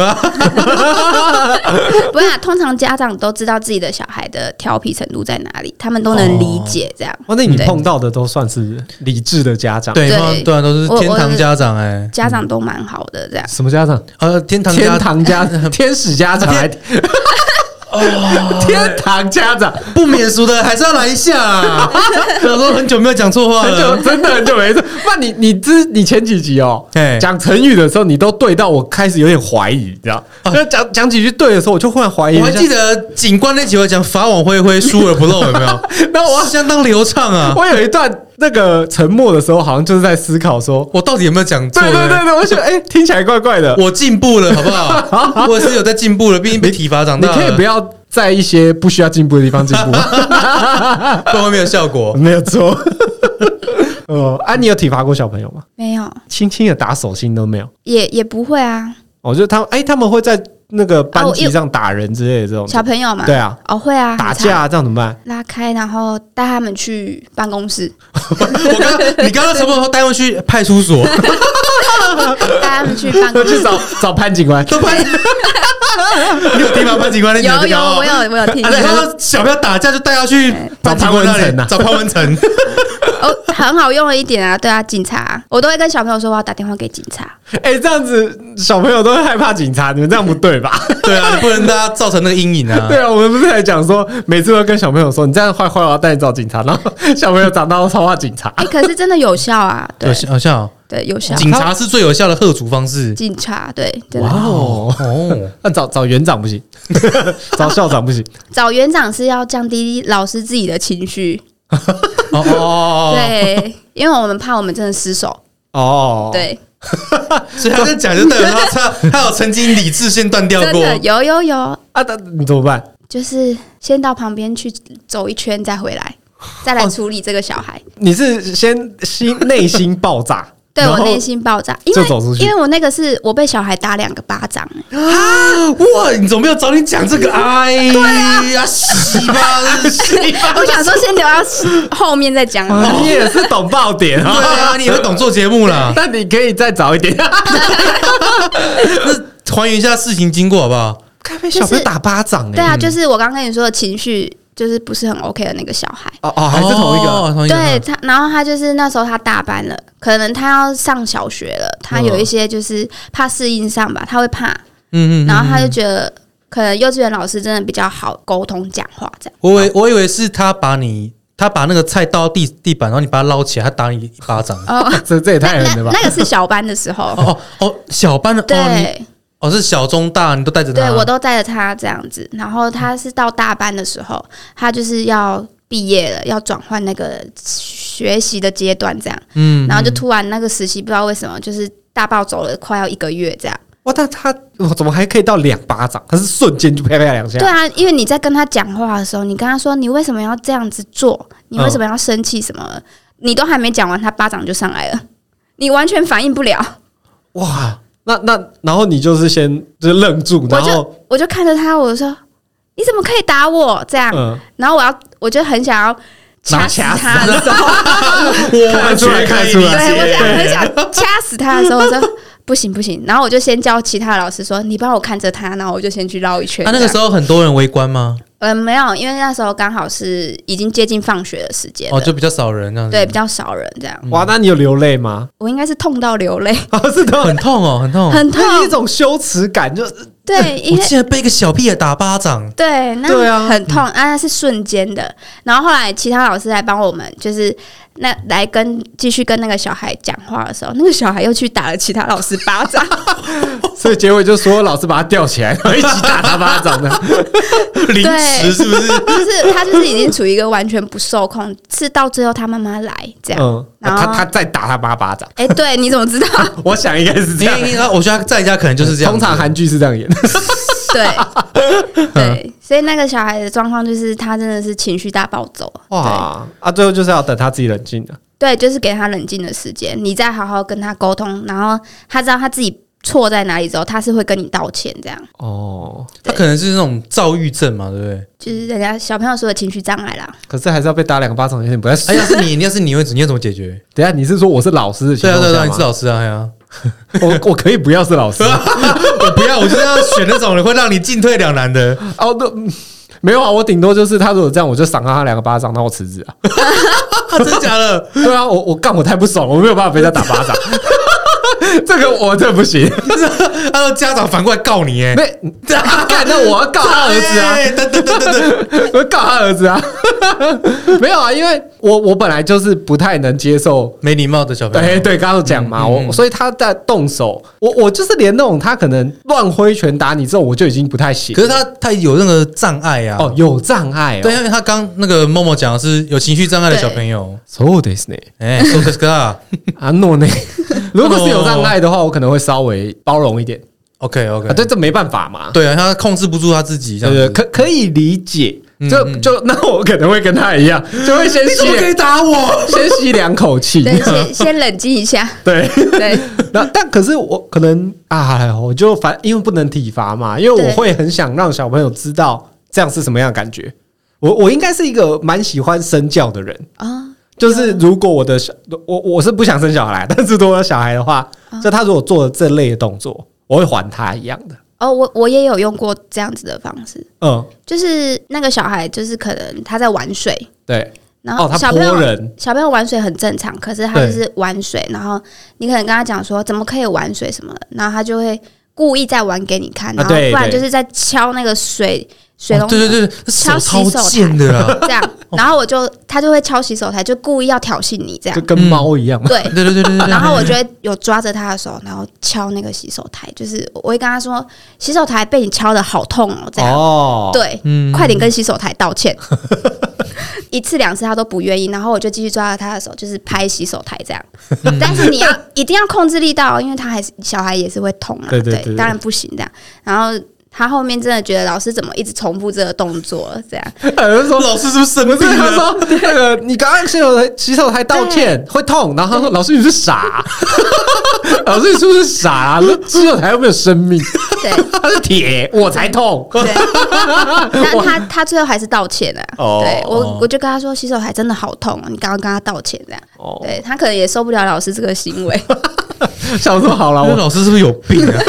不是、啊，通常家长都知道自己的小孩的调皮程度在哪里，他们都能理解这样。
哦，那你
对
碰到的都算是理智的家长，
嗯对，
对
通常对啊，都是
我
天
我
堂
是
家长哎，
家长都蛮好的这样。
什么家长？
呃， 天堂
天
家
堂家、天使家长还， 天堂家长，
不免俗的还是要来一下 啊。想说很久没有讲错话
很久
了，
真的很久没做。那你你之你前几集哦
哎，
讲成语的时候，你都对到我开始有点怀疑，你知道？就讲讲几句对的时候，我就忽然怀疑。
哦我还记，得警官那集有讲法网恢恢，疏而不漏，有没有？
那 我
相当流畅啊！
我有一段那个沉默的时候，好像就是在思考说，
我到底有没有讲错？
对 对对对，我觉得哎，听起来怪怪的。
我进步了，好不 好？我也是有在进步了，毕竟被体罚长
你
大了，
可以不要在一些不需要进步的地方进步，
不然会没有效果。
哦没有 错。呃，啊，你有体罚过小朋友吗？
没有，
轻轻的打手心都没有。
也也不会啊，
我觉得他们，哎、他们会在那个班级上打人之类的这种，
哦小朋友嘛，
对啊，
哦会啊，
打
很常
架这样怎么办？
拉开，然后带他们去办公室，
我刚你刚刚什么时候带我去派出所？
带他们去办公
去
室。
找找潘警官，
都派，你有听吗？潘警官， 你
有
这个
有，
哦
我有 我有听
啊，然后小朋友打架就带他去潘警官那
找潘文成
里
啊
找潘文成，
哦，很好用的一点啊，对啊，警察，我都会跟小朋友说我要打电话给警察，
哎、这样子小朋友都会害怕警察，你们这样不对 吧？
对啊，你不能大家造成那个阴影啊。
对啊，我们不是还讲说，每次都跟小朋友说，你这样坏坏，我要带你找警察， 然后小朋友长大都超怕警察。
哎、可是真的有 效啊，对
有效，好像
对有效，
警察是最有效的喝阻方式。
警察对，真的
哇哦，
哦，
那找找园长不行， 找校长不行，
找园长是要降低老师自己的情绪，
哦哦哦，
对， 因为我们怕我们真的失手，
哦，，
对，
所以他在讲就代表他 他他有曾经理智线断掉
真
过，
的有有有，
啊，那你怎么办？
就是先到旁边去走一圈，再回来，再
哦
来处理这个小孩。
你是先 心内心爆炸，
对
然
我
后
内心爆炸，因
就走出
为
去
因为我那个是我被小孩打两个巴 掌，
哇，你怎么没有早点讲这个？哎
啊
呀，洗吧，真是
我想说先留到后面再 讲。
啊你也是懂爆点
对
啊。
啊，你也会懂做节目啦，
但你可以再早一点。
还原一下事情经过好不好？
该被小朋友打巴掌哎、
对啊，就是我刚跟你说的情绪，就是不是很 OK 的那个小孩。
哦哦，还是同一个。
哦，同一个
对他，然后他就是那时候他大班了，可能他要上小学了，他有一些就是怕适应上吧，他会怕，
嗯嗯嗯，
然后他就觉得可能幼稚园老师真的比较好沟通讲话这样。
我以为我以为是他把你，他把那个菜倒到地地板，然后你把它捞起来，他打你一巴 掌。
哦，
这这也 太狠
那
了
那
吧！
那个是小班的 时候，
哦哦哦，小班的哦，你
对，
哦是小中大，你都带着他，
嗯
对我都带着他这样子，然后他是到大班的时候，他就是要毕业了，要转换那个学习的阶段这样，
嗯，
然后就突然那个实习不知道为什么就是大暴走了，快要一个月这样。
哇，但他哇怎么还可以到两巴掌？他是瞬间就啪啪两下
对。啊，因为你在跟他讲话的时候，你跟他说你为什么要这样子做，你为什么要生气什么，你都还没讲完，他巴掌就上来了，你完全反应不了。
哇，那那然后你就是先就是愣住，
我
然后
就我就看着他，我就说你怎么可以打我这样？
嗯，
然后我要我就很想要掐
拿
死
掐死
他的时候。
我觉得可以理
看
解
得
对，我啊
出
想很想掐死他的时候，我说不行不行，然后我就先叫其他老师说，你帮我看着他，然后我就先去绕一圈。
啊他那个时
候，
候很多人围观吗？
嗯，没有，因为那时候刚好是已经接近放学的时间了，
哦，就比较少人这样子，
对，比较少人这样。
哇，那你有流泪吗？
我应该是痛到流泪，
啊，是的，
很痛哦，很痛。
很痛，
那一种羞耻感，就
对，因
我
为
竟然被一个小屁孩打巴 掌，
对，
对
那
啊
很痛，啊，那是瞬间的。然后后来其他老师来帮我们，就是那来跟继续跟那个小孩讲话的时候，那个小孩又去打了其他老师巴掌，
所以结尾就说老师把他吊起来，然后一起打他巴 掌的。
凌 迟是不是？
就是他就是已经处于一个完全不受控，是到最后他妈妈来这样。
嗯，
然
他
后
他再打他妈巴掌，
哎、对，你怎么知 道？
我想应该是这
因
样。
为因为我觉得他在家可能就是这样子，
通常韩剧是这样演，
对
啊
对，所以那个小孩的状况就是他真的是情绪大暴走，
哇 啊！最后就是要等他自己冷静的。
对，就是给他冷静的时间，你再好好跟他沟通，然后他知道他自己错在哪里之后，他是会跟你道歉，这样
哦，
他可能是那种躁郁症嘛，对不对？
就是人家小朋友说的情绪障碍啦。
可是还是要被打两个巴掌，有点不太
哎，
爽。
要是你，你要是你会怎你会怎么解 决？
等一下你是说我是老师的情
对啊，
况
对啊，
下
你是
吗？
老师啊，哎呀，
我我可以不要是老师
啊我不要，我就是要选那种会让你进退两难 的。
哦，那嗯没有啊，我顶多就是他如果这样，我就赏他两个巴掌，那我辞职啊。
啊，真假的？
对啊，我我干我太不爽，我没有办法被他打巴掌， 这个我这不行。
他说家长反过来告你， 哎，
那干那我要告他儿子啊，
哎等等等等等，
我要告他儿子啊。没有啊，因为我我本来就是不太能接受。
没礼貌的小朋
对
友，
对，刚刚有讲嘛，
嗯嗯
我所以他在动手，我我就是连那种他可能乱挥拳打你之后，我就已经不太行。
可是他他有那个障碍啊。
哦，有障碍哦。
对，啊因为他刚那个默默讲的是有情绪障碍的小朋友，
そうですね。
哎，说这个啊
啊，诺内， 如果是有障碍的话，我可能会稍微包容一点。
，OK
啊，
OK，
对，这没办法嘛。
对啊，他控制不住他自己，这
对
样
对，
子。
可可以理解。
嗯
就
嗯
就那我可能会跟他一 样，就会先
你怎么可
吸
以打我？
先吸两 口
嗯
气。
对，先先冷静一下，
对，
对，
那但可是我可能啊，我就反因为不能体罚嘛，因为我
对
会很想让小朋友知道这样是什么样的感觉。我我应该是一个蛮喜欢身教的人，
啊、
就是
嗯
如果我的小我我是不想生小孩， 但是如果有小孩的话，
嗯
就他如果做了这类的动作，我会还他一样的。
哦，我我也有用过这样子的方式，
嗯，
就是那个小孩就是可能他在玩水，
对，
然后
哦他
小朋友、
泼人
小朋友玩水很正常，可是他
对
就是玩水，然后你可能跟他讲说怎么可以玩水什么的，然后他就会故意再玩给你看，
啊
然后
对
不然
对
就是在敲那个水水龙
哦
头。
对对对，
啊
手
敲
超
洗手台
贱的啊！
这样，然后我就他就会敲洗手台，就故意要挑衅你这
就
样，
跟猫一样嘛。
对
对。对对对对对，
然后我就会有抓着他的手，然后敲那个洗手台，就是我会跟他说，洗手台被你敲的好痛哦，这样，
哦，
对，
嗯
快点跟洗手台道歉。 一次两次他都不愿意，然后我就继续抓着他的手，就是拍洗手台这样。
嗯
但是你要一定要控制力道哦，因为他还是小孩也是会痛啊，
对对对对
当然不行这样。然后他后面真的觉得老师怎么一直重复这个动作这样，
哎有人说
老师是不是生
不是
病
他
了？
说那个你刚刚洗手台洗手台道歉会痛，然后他说老师你是傻 啊，老师你是不是傻啊？洗手台又没有生命，
对。
它是铁，我才痛。
对，但他他最后还是道歉了、
哦
对我，我就跟他说，洗手台真的好痛哦，你赶快跟他道歉这样。
哦
对他可能也受不了老师这个 行为，
想说好了，
那个
我
老师是不是有病啊？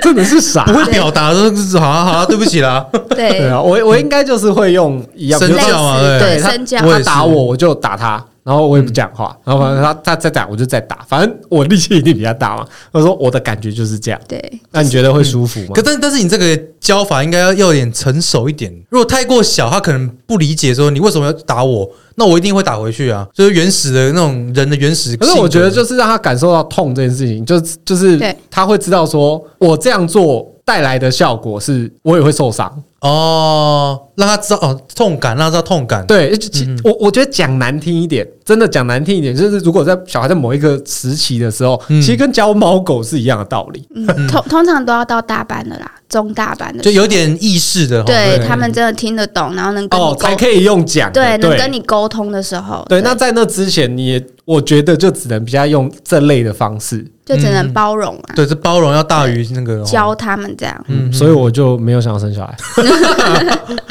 真的是傻
不。
啊
会表达，说好啊好啊，对不起 啦。
对
对，
啊，我我应该就是会用一样，
身
比如
类
说
教嘛对
似对
他
身教，
我也
他
是
打我，我就打他，然后我也不讲话，
嗯
然后反正他他再打我就再打，反正我力气一定比他大嘛。他说我的感觉就是这样，
对嗯
那你觉得会舒服吗
可？但但是你这个教法应该要要有点成熟一点。如果太过小，他可能不理解说你为什么要打我，那我一定会打回去啊。就是原始的那种人的原始性格。
可是我觉得就是让他感受到痛这件事情，就就是
对
他会知道说我这样做带来的效果是我也会受伤。
哦，让他知道哦痛感，让他知道痛感。
对，就
嗯
其我我觉得讲难听一点，真的讲难听一点，就是如果在小孩在某一个时期的时候，
嗯
其实跟教猫狗是一样的道理。
嗯，通通常都要到大班的啦，中大班的时
就
候，
有点意识的。哦
对他们真的听得懂，然后能跟你
哦，
沟
才可以用讲的。
对能
对
跟你沟通的时候，
对，那在那之前，你也我觉得就只能比较用这类的方式
就只能包容啊，
对，这包容要大于那个哦
教他们这样，
嗯，所以我就没有想要生 小孩，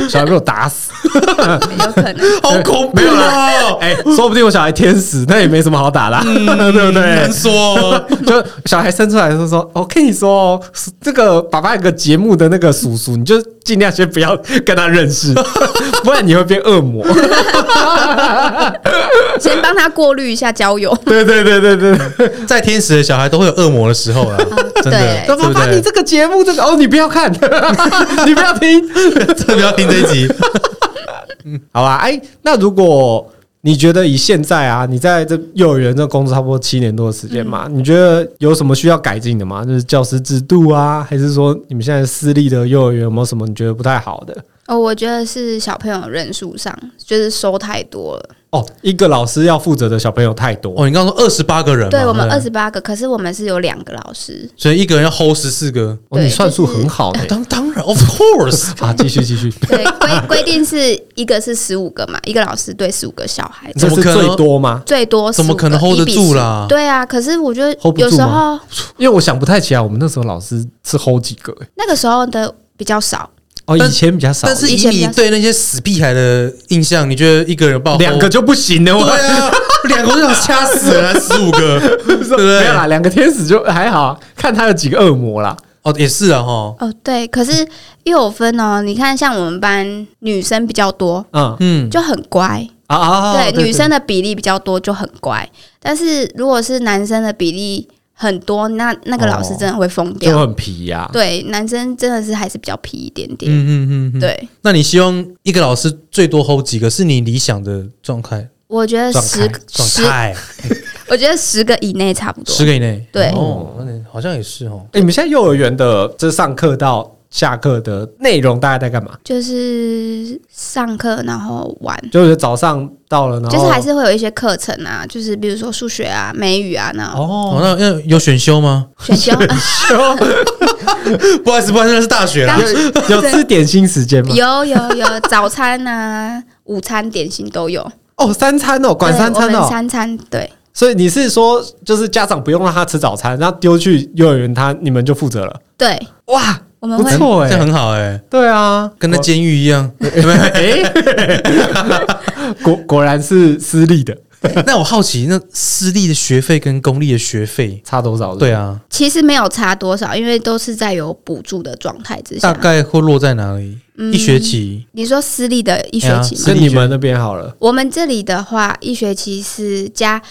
小孩被我打死。
有可能。
好恐怖哦，
哎、说不定我小孩天使，那也没什么好打啦，啊
嗯
对不对
难？说哦。
就小孩生出来的时候说：“我跟你说哦，这个爸爸有个节目的那个叔叔，你就尽量先不要跟他认识， 不然你会变恶魔。
先帮他过滤一下交友”。
对对对对对，
在天使的小孩都会有恶魔的时候啦，啊真的，
对
对
爸
不
爸，你
对？
这个节目这个哦，你不要看， 你不要听，
真的不要听这一集。
好吧？哎，那如果你觉得以现在啊，你在这幼儿园这工作差不多七年多的时间嘛，你觉得有什么需要改进的吗？就是教师制度啊，还是说你们现在私立的幼儿园有没有什么你觉得不太好的？
哦，我觉得是小朋友人数上，就是收太多了。
哦，一个老师要负责的小朋友太多，
哦，你刚刚说二十八个人嘛，
对我们
不
二，十八个，可是我们是有两个老师，
所以一个人要 hold 十四个。
哦，你算数很好呢、
当当然，of course，
啊，继续继 续，
对规规定是一个是十五个嘛，一个老师对十五个小孩，
这
怎
是
么可能
最多吗？
最多
怎么可能
15个
hold 得
1比
住
10
啦
对啊，可是我觉得
hold 不
有
住
时
吗
候
因为我想不太起来，我们那时候老师是 hold 几个、欸？
那个时候的比较少，
哦，
但
以前比较少
但，是
以
以
前比
你
较
对那些死屁孩的印象，你觉得一个人报
两个就不行了，我
对 啊，两个我就想掐死了，十五个，对不
没
对
有？啦，两个天使就还好，看他有几个恶魔啦。
哦，也是啊，哈，
哦，对，可是又有分哦。你看，像我们班女生比较多，
嗯
嗯，哦
就很乖，
啊啊，啊
对，女生的比例比较多就很乖。但是如果是男生的比例很多，那那个老师真的会疯
对就
哦
掉。
很皮呀、
对，男生真的是还是比较皮一点点。
嗯嗯嗯嗯。
对，
那你希望一个老师最多 hold 几个是你理想的状态？
我觉得
状
十
态
十
状，态
我觉得十个以内差不多。
十个以内。
对
哦，那你好像也是哦。
欸你们现在幼儿园的这上课到下课的内容大概在干嘛？
就是上课然后玩，
就是早上到
哦
了，然后
就是还是会有一些课程啊，就是比如说数学啊、美语啊那种
哦，
哦，
那那有选修吗？
选修。
不好意思，不好意思，那是大学啦
刚。
有有吃点心时间吗？
有有有，早餐啊、午餐、点心都有，
哦，三餐哦，管
对
三餐
我
哦
们，三餐对
所以你是说，就是家长不用让他吃早餐，然后丢去幼儿园，他你们就负责了？
对，
哇，
我们
不
会
错哎、
这很好哎，
对啊，
跟那
果
监狱一样。
果果然是私立的，
那我好奇，那私立的学费跟公立的学费，
差多少？
对，啊，
其实没有差多少，因为都是在有补助的状态之
大
下。
概会落在哪里？
嗯
一学期
你说私立的一学期
哎
吗？
是你们那边好了。
我们这里的话，一学期是加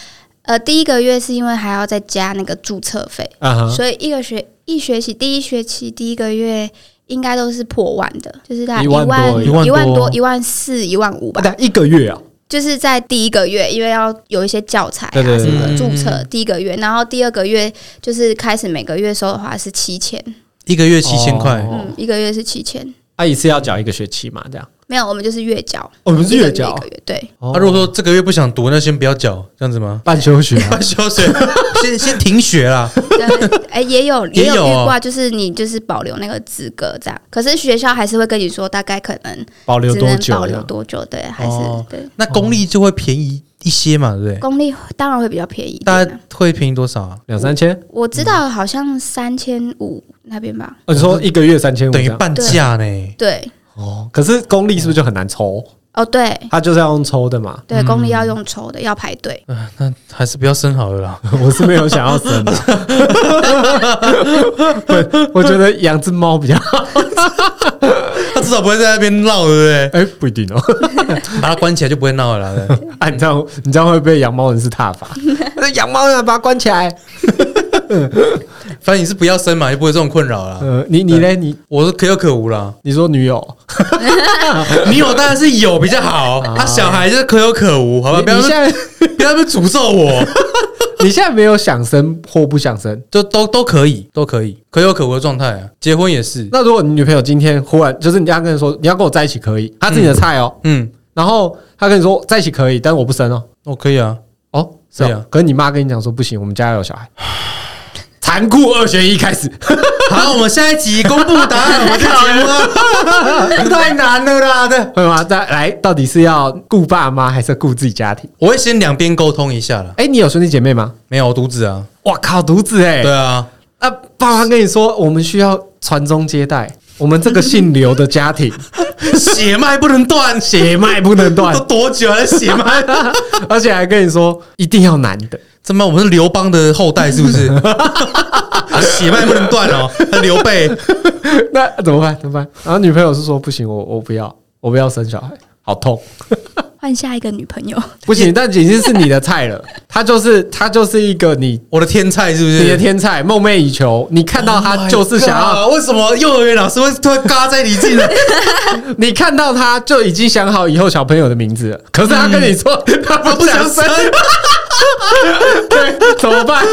呃第一个月是因为还要再加那个注册费，
啊哈，
所以一个学一学期第一学期第一个月。应该都是破万的，就是大概
一
一
万多
一万
一万
多
多、一万四、一万五吧。
但一个月啊，
就是在第一个月，因为要有一些教材
对
啊
对对
什么
嗯
注册，第一个月，然后第二个月就是开始每个月收的话是七千，
一个月七千块，啊
哦
嗯，一个月是七千，
啊一次要缴一个学期嘛，这样。
没有，我们就是月缴，
我哦们是
一个
月缴
一个月，对，
哦
啊，如果说这个月不想读，那先不要缴， 这样子吗？
半休学 啊，
半休学，先先停学 啦。
对哎，也有
也
也有
有哦
遇过啊，就是你就是保留那个资格这样，可是学校还是会跟你说大概可能
保留
只
多
能
久
保留
啊？
多久，对，还是
哦
对，
那公立就会便宜一些嘛，对不对？
公立当然会比较便宜一
大
点
概
啊，
会便宜多少啊？
两三千？
我知道好像三千五那边吧，
哦你说一个月三千五这
等于
样？
半价呢。
对，
哦，可是公立是不是就很难抽？
哦对。
他就是要用抽的嘛。
对，公立要用抽的，要排队。
啊， 那还是不要生好了啦。
我是没有想要 生的，我我觉得养只猫比较……
他 至少不会在那边闹，对
哎、不一定哦。
不对？把他关起来就不会闹了 啦。对
啊，你这样你这样会被养猫人士踏 伐。那养猫人把它关起 来。
反正你是不要生嘛，就不会这种困扰啦。
呃，你你嘞，你
我是可有可无啦，
你说女友，
你有当然是有比较 好，他小孩就是可有可无，好吧？
你
不要
你现
不
在
要在那边诅咒我，
你现在没有想生或不想生。
就都都可以，都可以，可有可无的状态啊。结婚也是，
那如果你女朋友今天忽然就是你刚跟人说你要跟我在一起可以，她是你的菜哦，
嗯，
然后她跟你说在一起可以，但是我不生哦，
我可以啊。
哦，是
对
啊
啊，
可是你妈跟你讲说不行，我们家要有小孩，残酷二选一开始，
好，我们下一集公布答案，我们这节目啊 太难了啦！对，
会吗？再来，到底是要顾爸妈还是顾自己家庭？
我会先两边沟通一下啦。
哎、你有兄弟姐妹吗？
没有我独子啊，
哇靠，独子哎、
对啊，
啊，爸妈跟你说，我们需要传宗接代，我们这个姓刘的家 庭
血脉不能断，
血脉不能断
都，多久了？血脉，
而且还跟你说一定要男的。
怎么我们是刘邦的后代是不是？ 血脉不能断哦，刘备
那怎么办？怎么办？然后女朋友是说不行，我我不要，我不要生小孩，好痛，
换下一个女朋友，
不行。但已经是你的菜了，他就是他就是一个你
我的天菜是不是？
你的天菜，梦寐以求。你看到他就是想要
Oh my God，为什么幼儿园老师会突然嘎在你进 来？
你看到他就已经想好以后小朋友的名字了，可是他跟你说、 他
我
不
不
想
想
生
生，
对， 怎么办？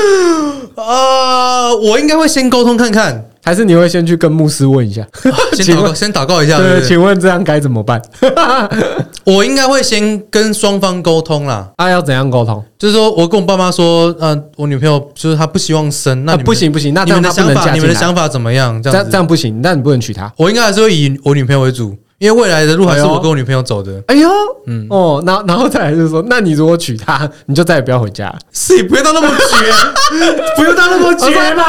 啊！我应该会先沟通看 看，
还是你会先去跟牧师问一下？
先祷
请
告，
问，
先祷告一下。对
对，
不对
请问这样该怎么办？
我应该会先跟双方沟通啦，
啊，要怎样沟通？
就是说我跟我爸妈说，呃，我女朋友就是她不希望生，那
啊
你们
不，行不行，那
你
这样
们的
他不
想
能
法，
嫁
你
进
们的
来。
想法怎么样？这
这
样
样
子
这，样不行，那你不能娶她。
我应该还是会以我女朋友为主，因为未来的路还是
哎
我
呦
跟我女朋友走的。
哎呦，嗯哦，然后然后再来就是说，那你如果娶她，你就再也不要回 家了。
是，不要到那么 绝，不要到那么绝吧。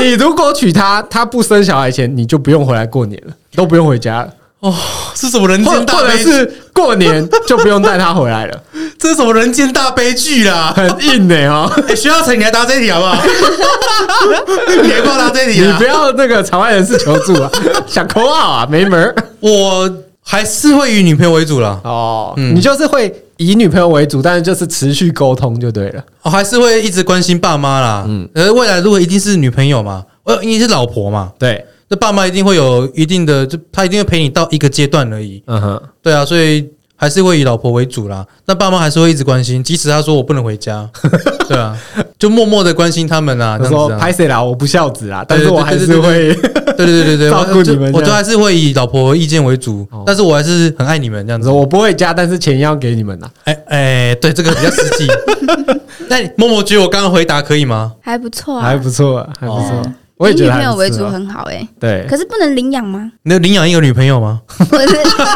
你如果娶她，她不生小孩前，你就不用回来过年了，都不用回家了，
哦，是什么人
或
间大
或者
悲剧？
是过 年就不用带她回来了，
这是什么人间大悲剧 啦？
很硬的、哦。
哎、徐耀成，你来答这一题好不好？ 你来帮我答这一题
你
啊
不！要那个场外人士求助啊， 想抠号啊，没门儿
我还是会以女朋友为主啦，
哦。
嗯
你就是会以女朋友为主，但是就是持续沟通就对了。
我哦还是会一直关心爸妈啦。嗯，呃，未来如果一定是女朋友嘛，呃，一定是老婆嘛，
对，
那爸妈一定会有一定的，就他一定会陪你到一个阶段而已。
嗯哼，
对啊，所以还是会以老婆为主啦。那爸妈还是会一直关心，即使他说我不能回 家，对啊，就默默的关心他们啦。
他
这
说
样子啊，
拍谁啦，我不孝子啦，但是
对对
我
对
还
对
是
对
会。
对对对对对，
照顾
我就
你们这样
我都还是会以老婆意见为主
哦，
但是我还是很爱你们这样
你
子
说。我不会加，但是钱要给你们啊呐。
哎哎，对，这个比较实 际。那你默默觉得我刚刚回答可以吗？
还不错啊，
还不错，还不错
嗯。
我也
以
觉
女
得
朋
还
友
不
为
错
主
啊
很好哎、
对，
可是不能领养 吗？
你有领养一个女朋友吗？
或者是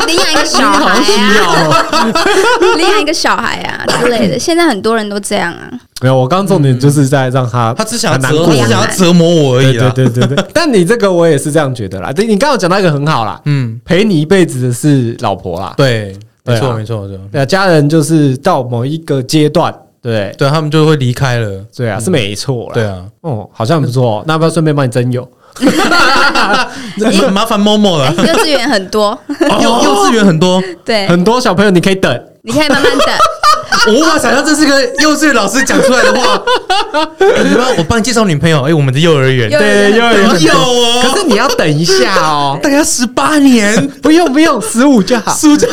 领养一个小孩啊，
要
领养一个小孩啊之类的。现在很多人都这样啊，
没有，我刚重点就是在让他
嗯他只想要
很难
折，
过
他只想要折磨我而
对
已啊
对
啦。
对对对。但你这个我也是这样觉得啦。对，你刚刚有讲到一个很好啦，
嗯，
陪你一辈子的是老婆啦，
对，没
对
错
啊
没错没错。
对啊，家人就是到某一个阶段，对不对
对他们就会离开了。
对啊，是没错啦。
对，啊，
哦，好像很不错哦。那要不要顺便帮你征友？
那麻烦默
啊
默了。
哎幼稚园 很多，
幼幼稚园很多，
对，
很多小朋友你可以等，
你可以慢慢等。
我无法想象这是个幼稚园老师讲出来的 话。哎你帮我帮你介绍女朋友，哎，我们的幼儿园
幼
对，幼
幼
儿
儿
园
园
很
有
多
哦，。
可是你要等一下哦
大概十八年，
不用不用，十 五就好，
苏州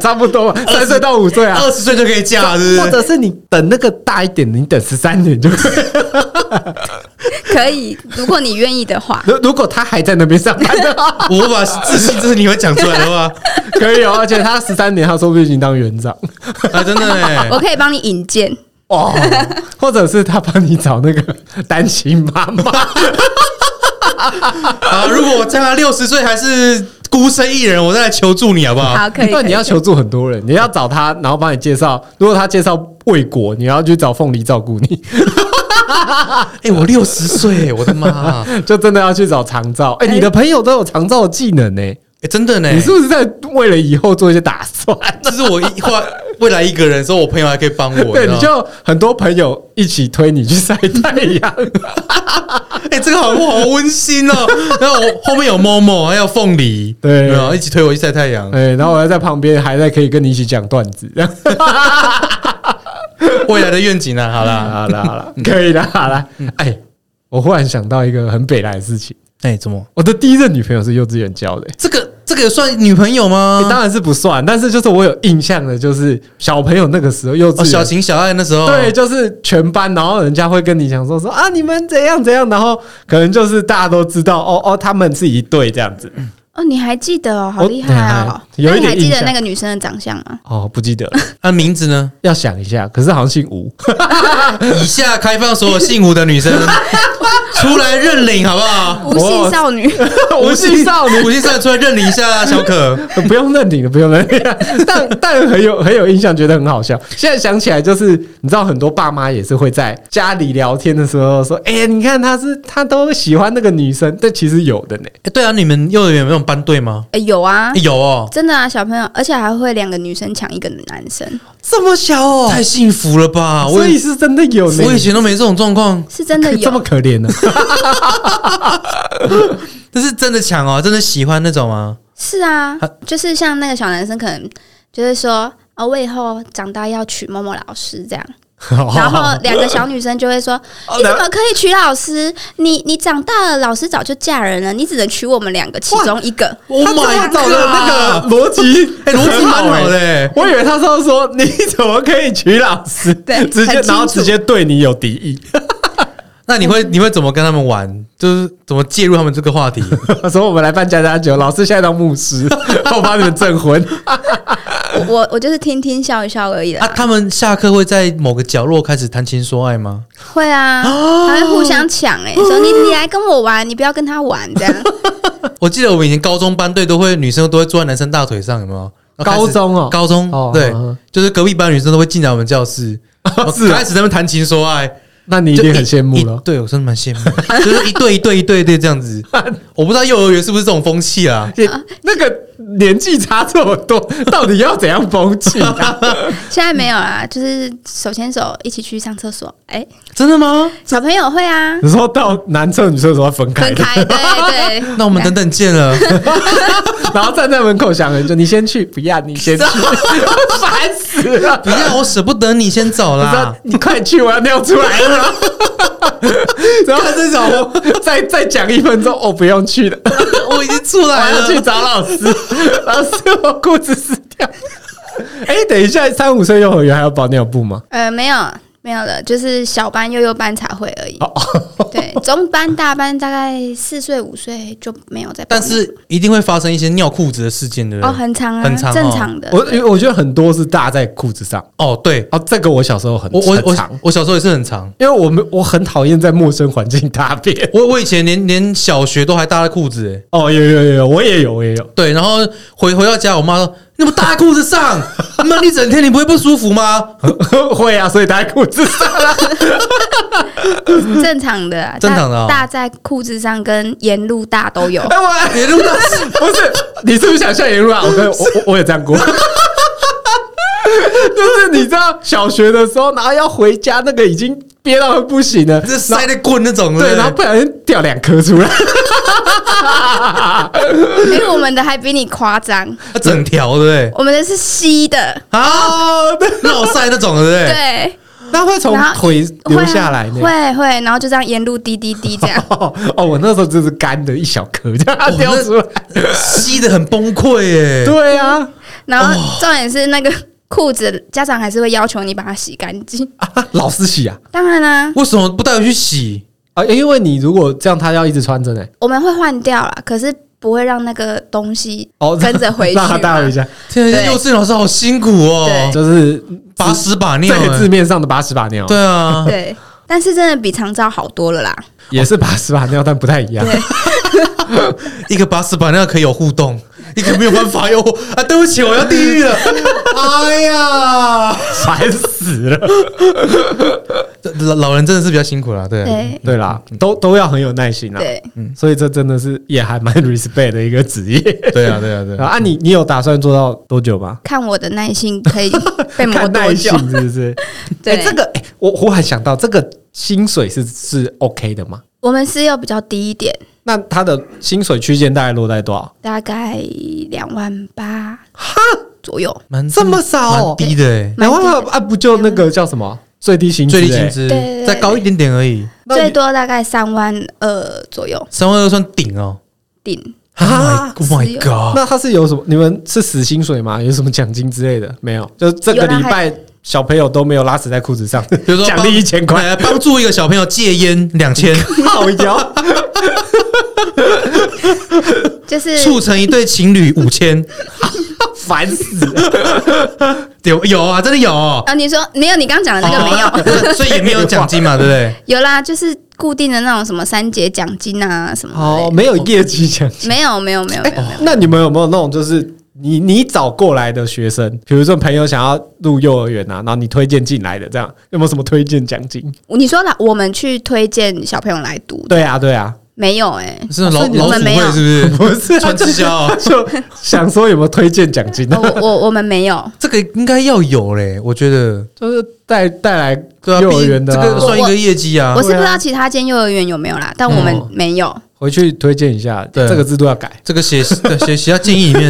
差不多三岁到五岁啊，
二十岁就可以嫁，是不
或
是？
者是你等那个大一点的，你等十三年就 可以。。
可以，如果你愿意的话
如如果他还在那边上班 的话，
我无法自信，这是你会讲出来的 话，
可以哦。而且他十三年，他说不定已经当园长
啊，真的哎
我，可以帮你引荐，
哦， 或者是他帮你找那个单亲妈妈，
啊，如果我将来六十岁还是孤身一人，我再来求助你好不好？
好，啊可以。
哦那你要
可以
求助很多人，你要找他，然后帮你介绍。如果他介绍未果，你要去找凤梨照顾你，
哎，我六十岁，我的妈！
就真的要去找长照。哎、你的朋友都有长照的技能呢、
哎，真的呢
你，是不是在为了以后做一些打算？
这是我一话未来一个人，说我朋友还可以帮我，知道
对，你
吗
就很多朋友一起推你去晒太 阳。
哎、这个好好温馨哦。 然后我后面有 Momo，还有凤梨，
对
然后一起推我去晒太阳。
哎、然后我要在旁边，还在可以跟你一起讲段子。
未来的愿景啊，好啦，
好啦好啦， 可以啦，好啦。
嗯
哎、我忽然想到一个很北来的事情，
哎、怎么？
我的第一任女朋友是幼稚园教的、
嗯
欸
这个这个也算女朋友吗？
当然是不算，但是就是我有印象的，就是小朋友那个时候幼
哦，
稚园、
小情小爱那时候，
对，，就是全班，然后人家会跟你讲说说啊，你们怎样怎样，然后可能就是大家都知道，哦哦，他们是一对这样子。
哦，你还记得哦，好厉害
我
哦！
有一
你还
点印
记得
象
那。个女生的长相吗？
哦，不记得了，
那、名字呢？
要想一下。可是好像姓吴，
以下开放所有姓吴的 女生出来认领，好不好？
无性 少女，
吴姓少女，
吴姓少女出来认领一下小可。
不用认领了，不用认领了。 但但很有很有印象，觉得很好笑。现在想起来，就是你知道，很多爸妈也是会在家里聊天的时候说：“哎、呀，你看他是他都喜欢那个女生。”但其实有的呢，
哎对啊，你们幼儿园有那种班队吗？
哎有啊，
有哦，
真的啊，小朋友，而且还会两个女生抢一个男生，
这么小哦
太幸福了吧！我
所以是真的有呢。
我以前都没这种状况，
是真的
这么
有。
可怜呢、
这是真的抢哦，真的喜欢那种啊。
是啊，就是像那个小男生，可能就是说。哦，我以后长大要娶某某老师这样，
哦
然后两个小女生 就会说：“你怎么可以娶老师？你你长大了，老师早就嫁人了，你只能娶我们两个其中一个。
Oh
他这
my
么
god！
早的那个 逻辑，
哎，逻辑蛮 好的、欸。
我以为他是说你怎么可以娶老 师？
对
直接
很清楚
然后直接对你有敌意，
那你会
嗯
你会怎么跟他们玩？就是怎么介入他们这个话 题？
说我们来办家家酒，老师现在当牧师， 我把你们证婚。
我”我我就是听听笑一笑而已啦。
啊，他们下课会在某个角落开始谈情说爱吗？
会啊，还会互相抢
啊
哎、说你你来跟我玩，你不要跟他玩 这样。
我记得我们以前高中班队都会，女生都会坐在男生大腿上，有没有？然后
高
开始
中哦，
高中、
哦
对
嗯嗯，
就是隔壁班女生都会进来我们教室，然后
是啊
开始在那边谈情说爱，
那你一
就
定很羡慕
一
了。
对我真的蛮羡慕的，就是一对一对一对一对这样 子。我不知道幼儿园是不是这种风气啊？
你那个年纪差这么多，到底要怎样风气啊？
现在没有啦，就是手牵手一起去上厕所。哎、
真的吗？
小朋友会啊，
嗯
你说到男厕女厕所要分开
分
的，
开，对对。
那我们等等见了。
然后站在门口想很久，你先去，不要你 先去，烦死了。
不要，我舍不得你先走
你知道
啦。
你快去，我要尿出来 了。然后这种再再讲一分钟，哦，不用去 了，
我已经出
我
来
要去
了。
找老师。老师，我裤子湿掉。 哎、等一下，三五岁幼儿园还要保尿布吗？
呃，没有没有了，就是小班、幼幼班才会而
哦
哦
已。 对，中班、大班大概四岁、五岁就没有在报
但
名。
是一定会发生一些尿裤子的事件，对不
哦，
对？
很长啊，
很长哦
正常的。
我
对
我觉得很多是搭在裤子上。
哦，对，
哦，这个我小时候很
我我
很常
我，我小时候也是很长。
因为我们我很讨厌在陌生环境大便。
我我以前连连小学都还搭在裤子、欸，
哦，有有有有，我也有我也有。
对，然后回回到家，我妈说：“你怎么搭在裤子上？闷一整天，你不会不舒服吗
会啊，所以搭在裤子上。。
正常的啊，
正常的哦
大大在裤子上跟沿路大都 有
哎，我？”
你录到
不是，你是不是想像沿路 啊？我跟我我我也这样 过。就是你知道小学的时候，然后要回家，那个已经憋到不行了，
这
然后
塞的欸棍那种，
对，
不
然后不小心掉两颗出 来，
因为我们的还比你夸张，
它整条，对不
我们的是稀的，
对？啊，绕塞那种，欸对不对？
对，
哦那会从
然后
腿
会
流
啊
下来呢。。
会会，然后就这样沿路滴滴滴这 样
哦哦，我那时候就是干的一小颗，这样掉出来。
吸的很崩溃欸耶、
对啊，
然后重点是那个裤子，家长还是会要求你把它洗干净。
啊老师洗啊
当然啦、
为什么不带我去洗？
啊，因为你如果这样，他要一直穿欸着呢。
我们会换掉啦，可是不会让那个东西
哦，
跟着 回去
让他
嘛。
带回家，
天啊，
对
幼稚园老师好辛苦哦
对，
就是
把屎把尿、
这个字
欸。
面上的把屎把尿，
对啊，
对，但是真的比长照好多了啦。
也是把屎把尿，但不太一 样。
一个把屎把尿可以有互动，一个没有办法有啊！对不起，我要地狱 了。哎呀，
烦死了。
这老老人真的是比较辛苦啦，对啊。
对
对啦，都都要很有耐心啦。
对，
所以这真的是也还蛮 respect 的一个职业。
对啊，对啊，对啊。
啊，你你有打算做到多久吗？
看我的耐心可 以被磨
看耐
多久
性。是不 是？哎
对，
诶这个、诶我我还想到这个薪水是是 OK 的吗？
我们是要比较低一点，
那他的薪水区间大概落在多少？
大概两万八
哈，
左右。
蛮
这么少哦
蛮低的欸
然
蛮低的
后啊，不就那个叫什么最低欸薪资、
最低薪
诶
资
对对对
再高一点点而已，
那你
最多大概三万二左右
三万二算顶哦。
顶，
啊
Oh my
是有
god！
那他是有什么？你们是死薪水吗？有什么奖金之类的？没有，就这个
有啦
礼拜小朋友都没有拉屎在裤子上，
比如说
奖
帮
励一千块，
哎帮助一个小朋友戒烟两千，
靠腰。
就是
促成一对情侣五千，
烦死了。
有有啊，真的有哦、
啊，你说没有？你刚讲的那个没
哦
有，
有，所以也没有奖金嘛，对不对？
有啦，就是固定的那种什么三节奖金啊什么 的。
哦，没哦有业绩奖金。
没有没有没有没有，
那你们有没有那种就是？你你找过来的学生，比如说朋友想要入幼儿园啊，然后你推荐进来的，这样有没有什么推荐奖金？
你说啦，我们去推荐小朋友来读，
对啊，对啊，
没有哎，
是那老
所以你
老
们
鼠
没
会
有
是不
不是
是
啊
传直销啊？
就想说有没有推荐奖金呢、
哦我我我们没有，
这个应该要有嘞，我觉得。
就是带带来
对啊，
幼儿
毕
园
竟
的
这
啊、
个算一个业绩啊
我。是不知
对
道
啊
其他间幼儿园有没有啦，但我们
嗯
没有。
回去推荐一下，
对
这个制度要改
这个写对写写在建议里面，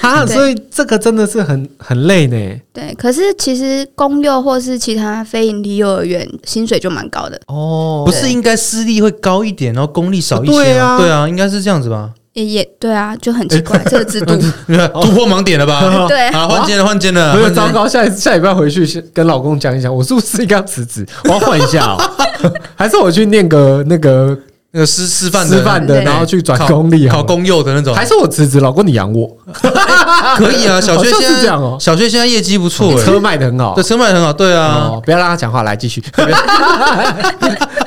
啊
对
所以这个真的是很很累呢。
对，可是其实公幼或是其他非营利幼儿园薪水就蛮高的，
哦
不是应该私立会高一点，然后公立少一些
对
吗
啊
对啊，应该是这样子吧？
也也对啊，就很奇怪、这个制度。
你看突破盲点了吧？
对
啊，换间了，换间了，
不是
换间了
糟。糕，下一下礼拜回去先跟老公讲一讲，我是不是应该要辞 职？我要换一下、哦，还是我去念个那个
那个师师范的
师范的，
对
然后去转
考
公立好
考
了，
公幼的那种，
还是我辞职，老公你养 我，
可以 啊。小学
好
现
像是
在
这样哦
小学现在业绩不错哎，
车卖的很好
对，。成本很好，对啊。
哦，不要让他讲话，来 继续。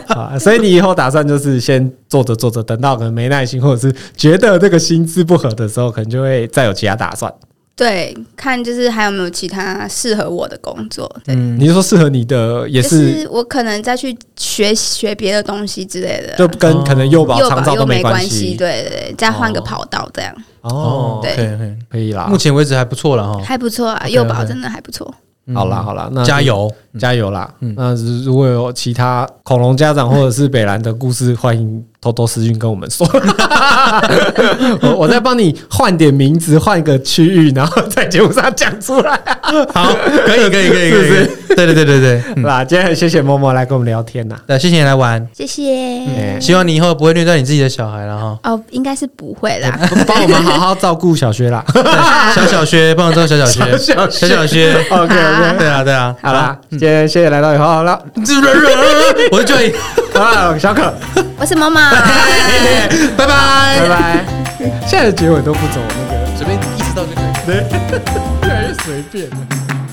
啊，所以你以后打算就是先做着做着，等到可能没耐心，或者是觉得这个薪资不合的时候，可能就会再有其他打算。
对，看就是还有没有其他适合我的工作。对，
嗯，
你是说适合你的也，
就是是我可能再去学学别的东西之类的啊，
就跟可能幼保、
幼
长
保
照
又
都
没
关
系。
系。
对对对，再换个
哦
跑道这样、
哦，
对
OK，OK
可以啦
目。前为止还不错了哈。
还不错啊，
OK，OK
幼保真的还不错。
嗯
好啦，好啦，那
加油！
加油啦！
嗯
那如果有其他恐龙家长或者是北兰的故事，欢迎偷偷私讯跟我们说。 我我再帮你换点名字，换个区域，然后在节目上讲出来。
好，可以，可以，可以，可以
是，
对对对对 对。嗯
啦，今天很谢谢默默来跟我们聊天呐、
那谢谢你来玩，
谢谢。
嗯
希望你以后不会虐待你自己的小孩了哈。
哦，应该是不会啦。
帮我们好好照顾小薛啦。
小小薛，帮我做小小薛，
小
小小 薛。
OK OK，
对啊，对啊，
好嗯啦，今天谢谢来到以后，好 了，
我是 Joy，
好了，小可，
我是妈妈。
拜拜
拜， 拜。现在的结尾都不走那个，
随便意识到就可以。
对，越来越随便了。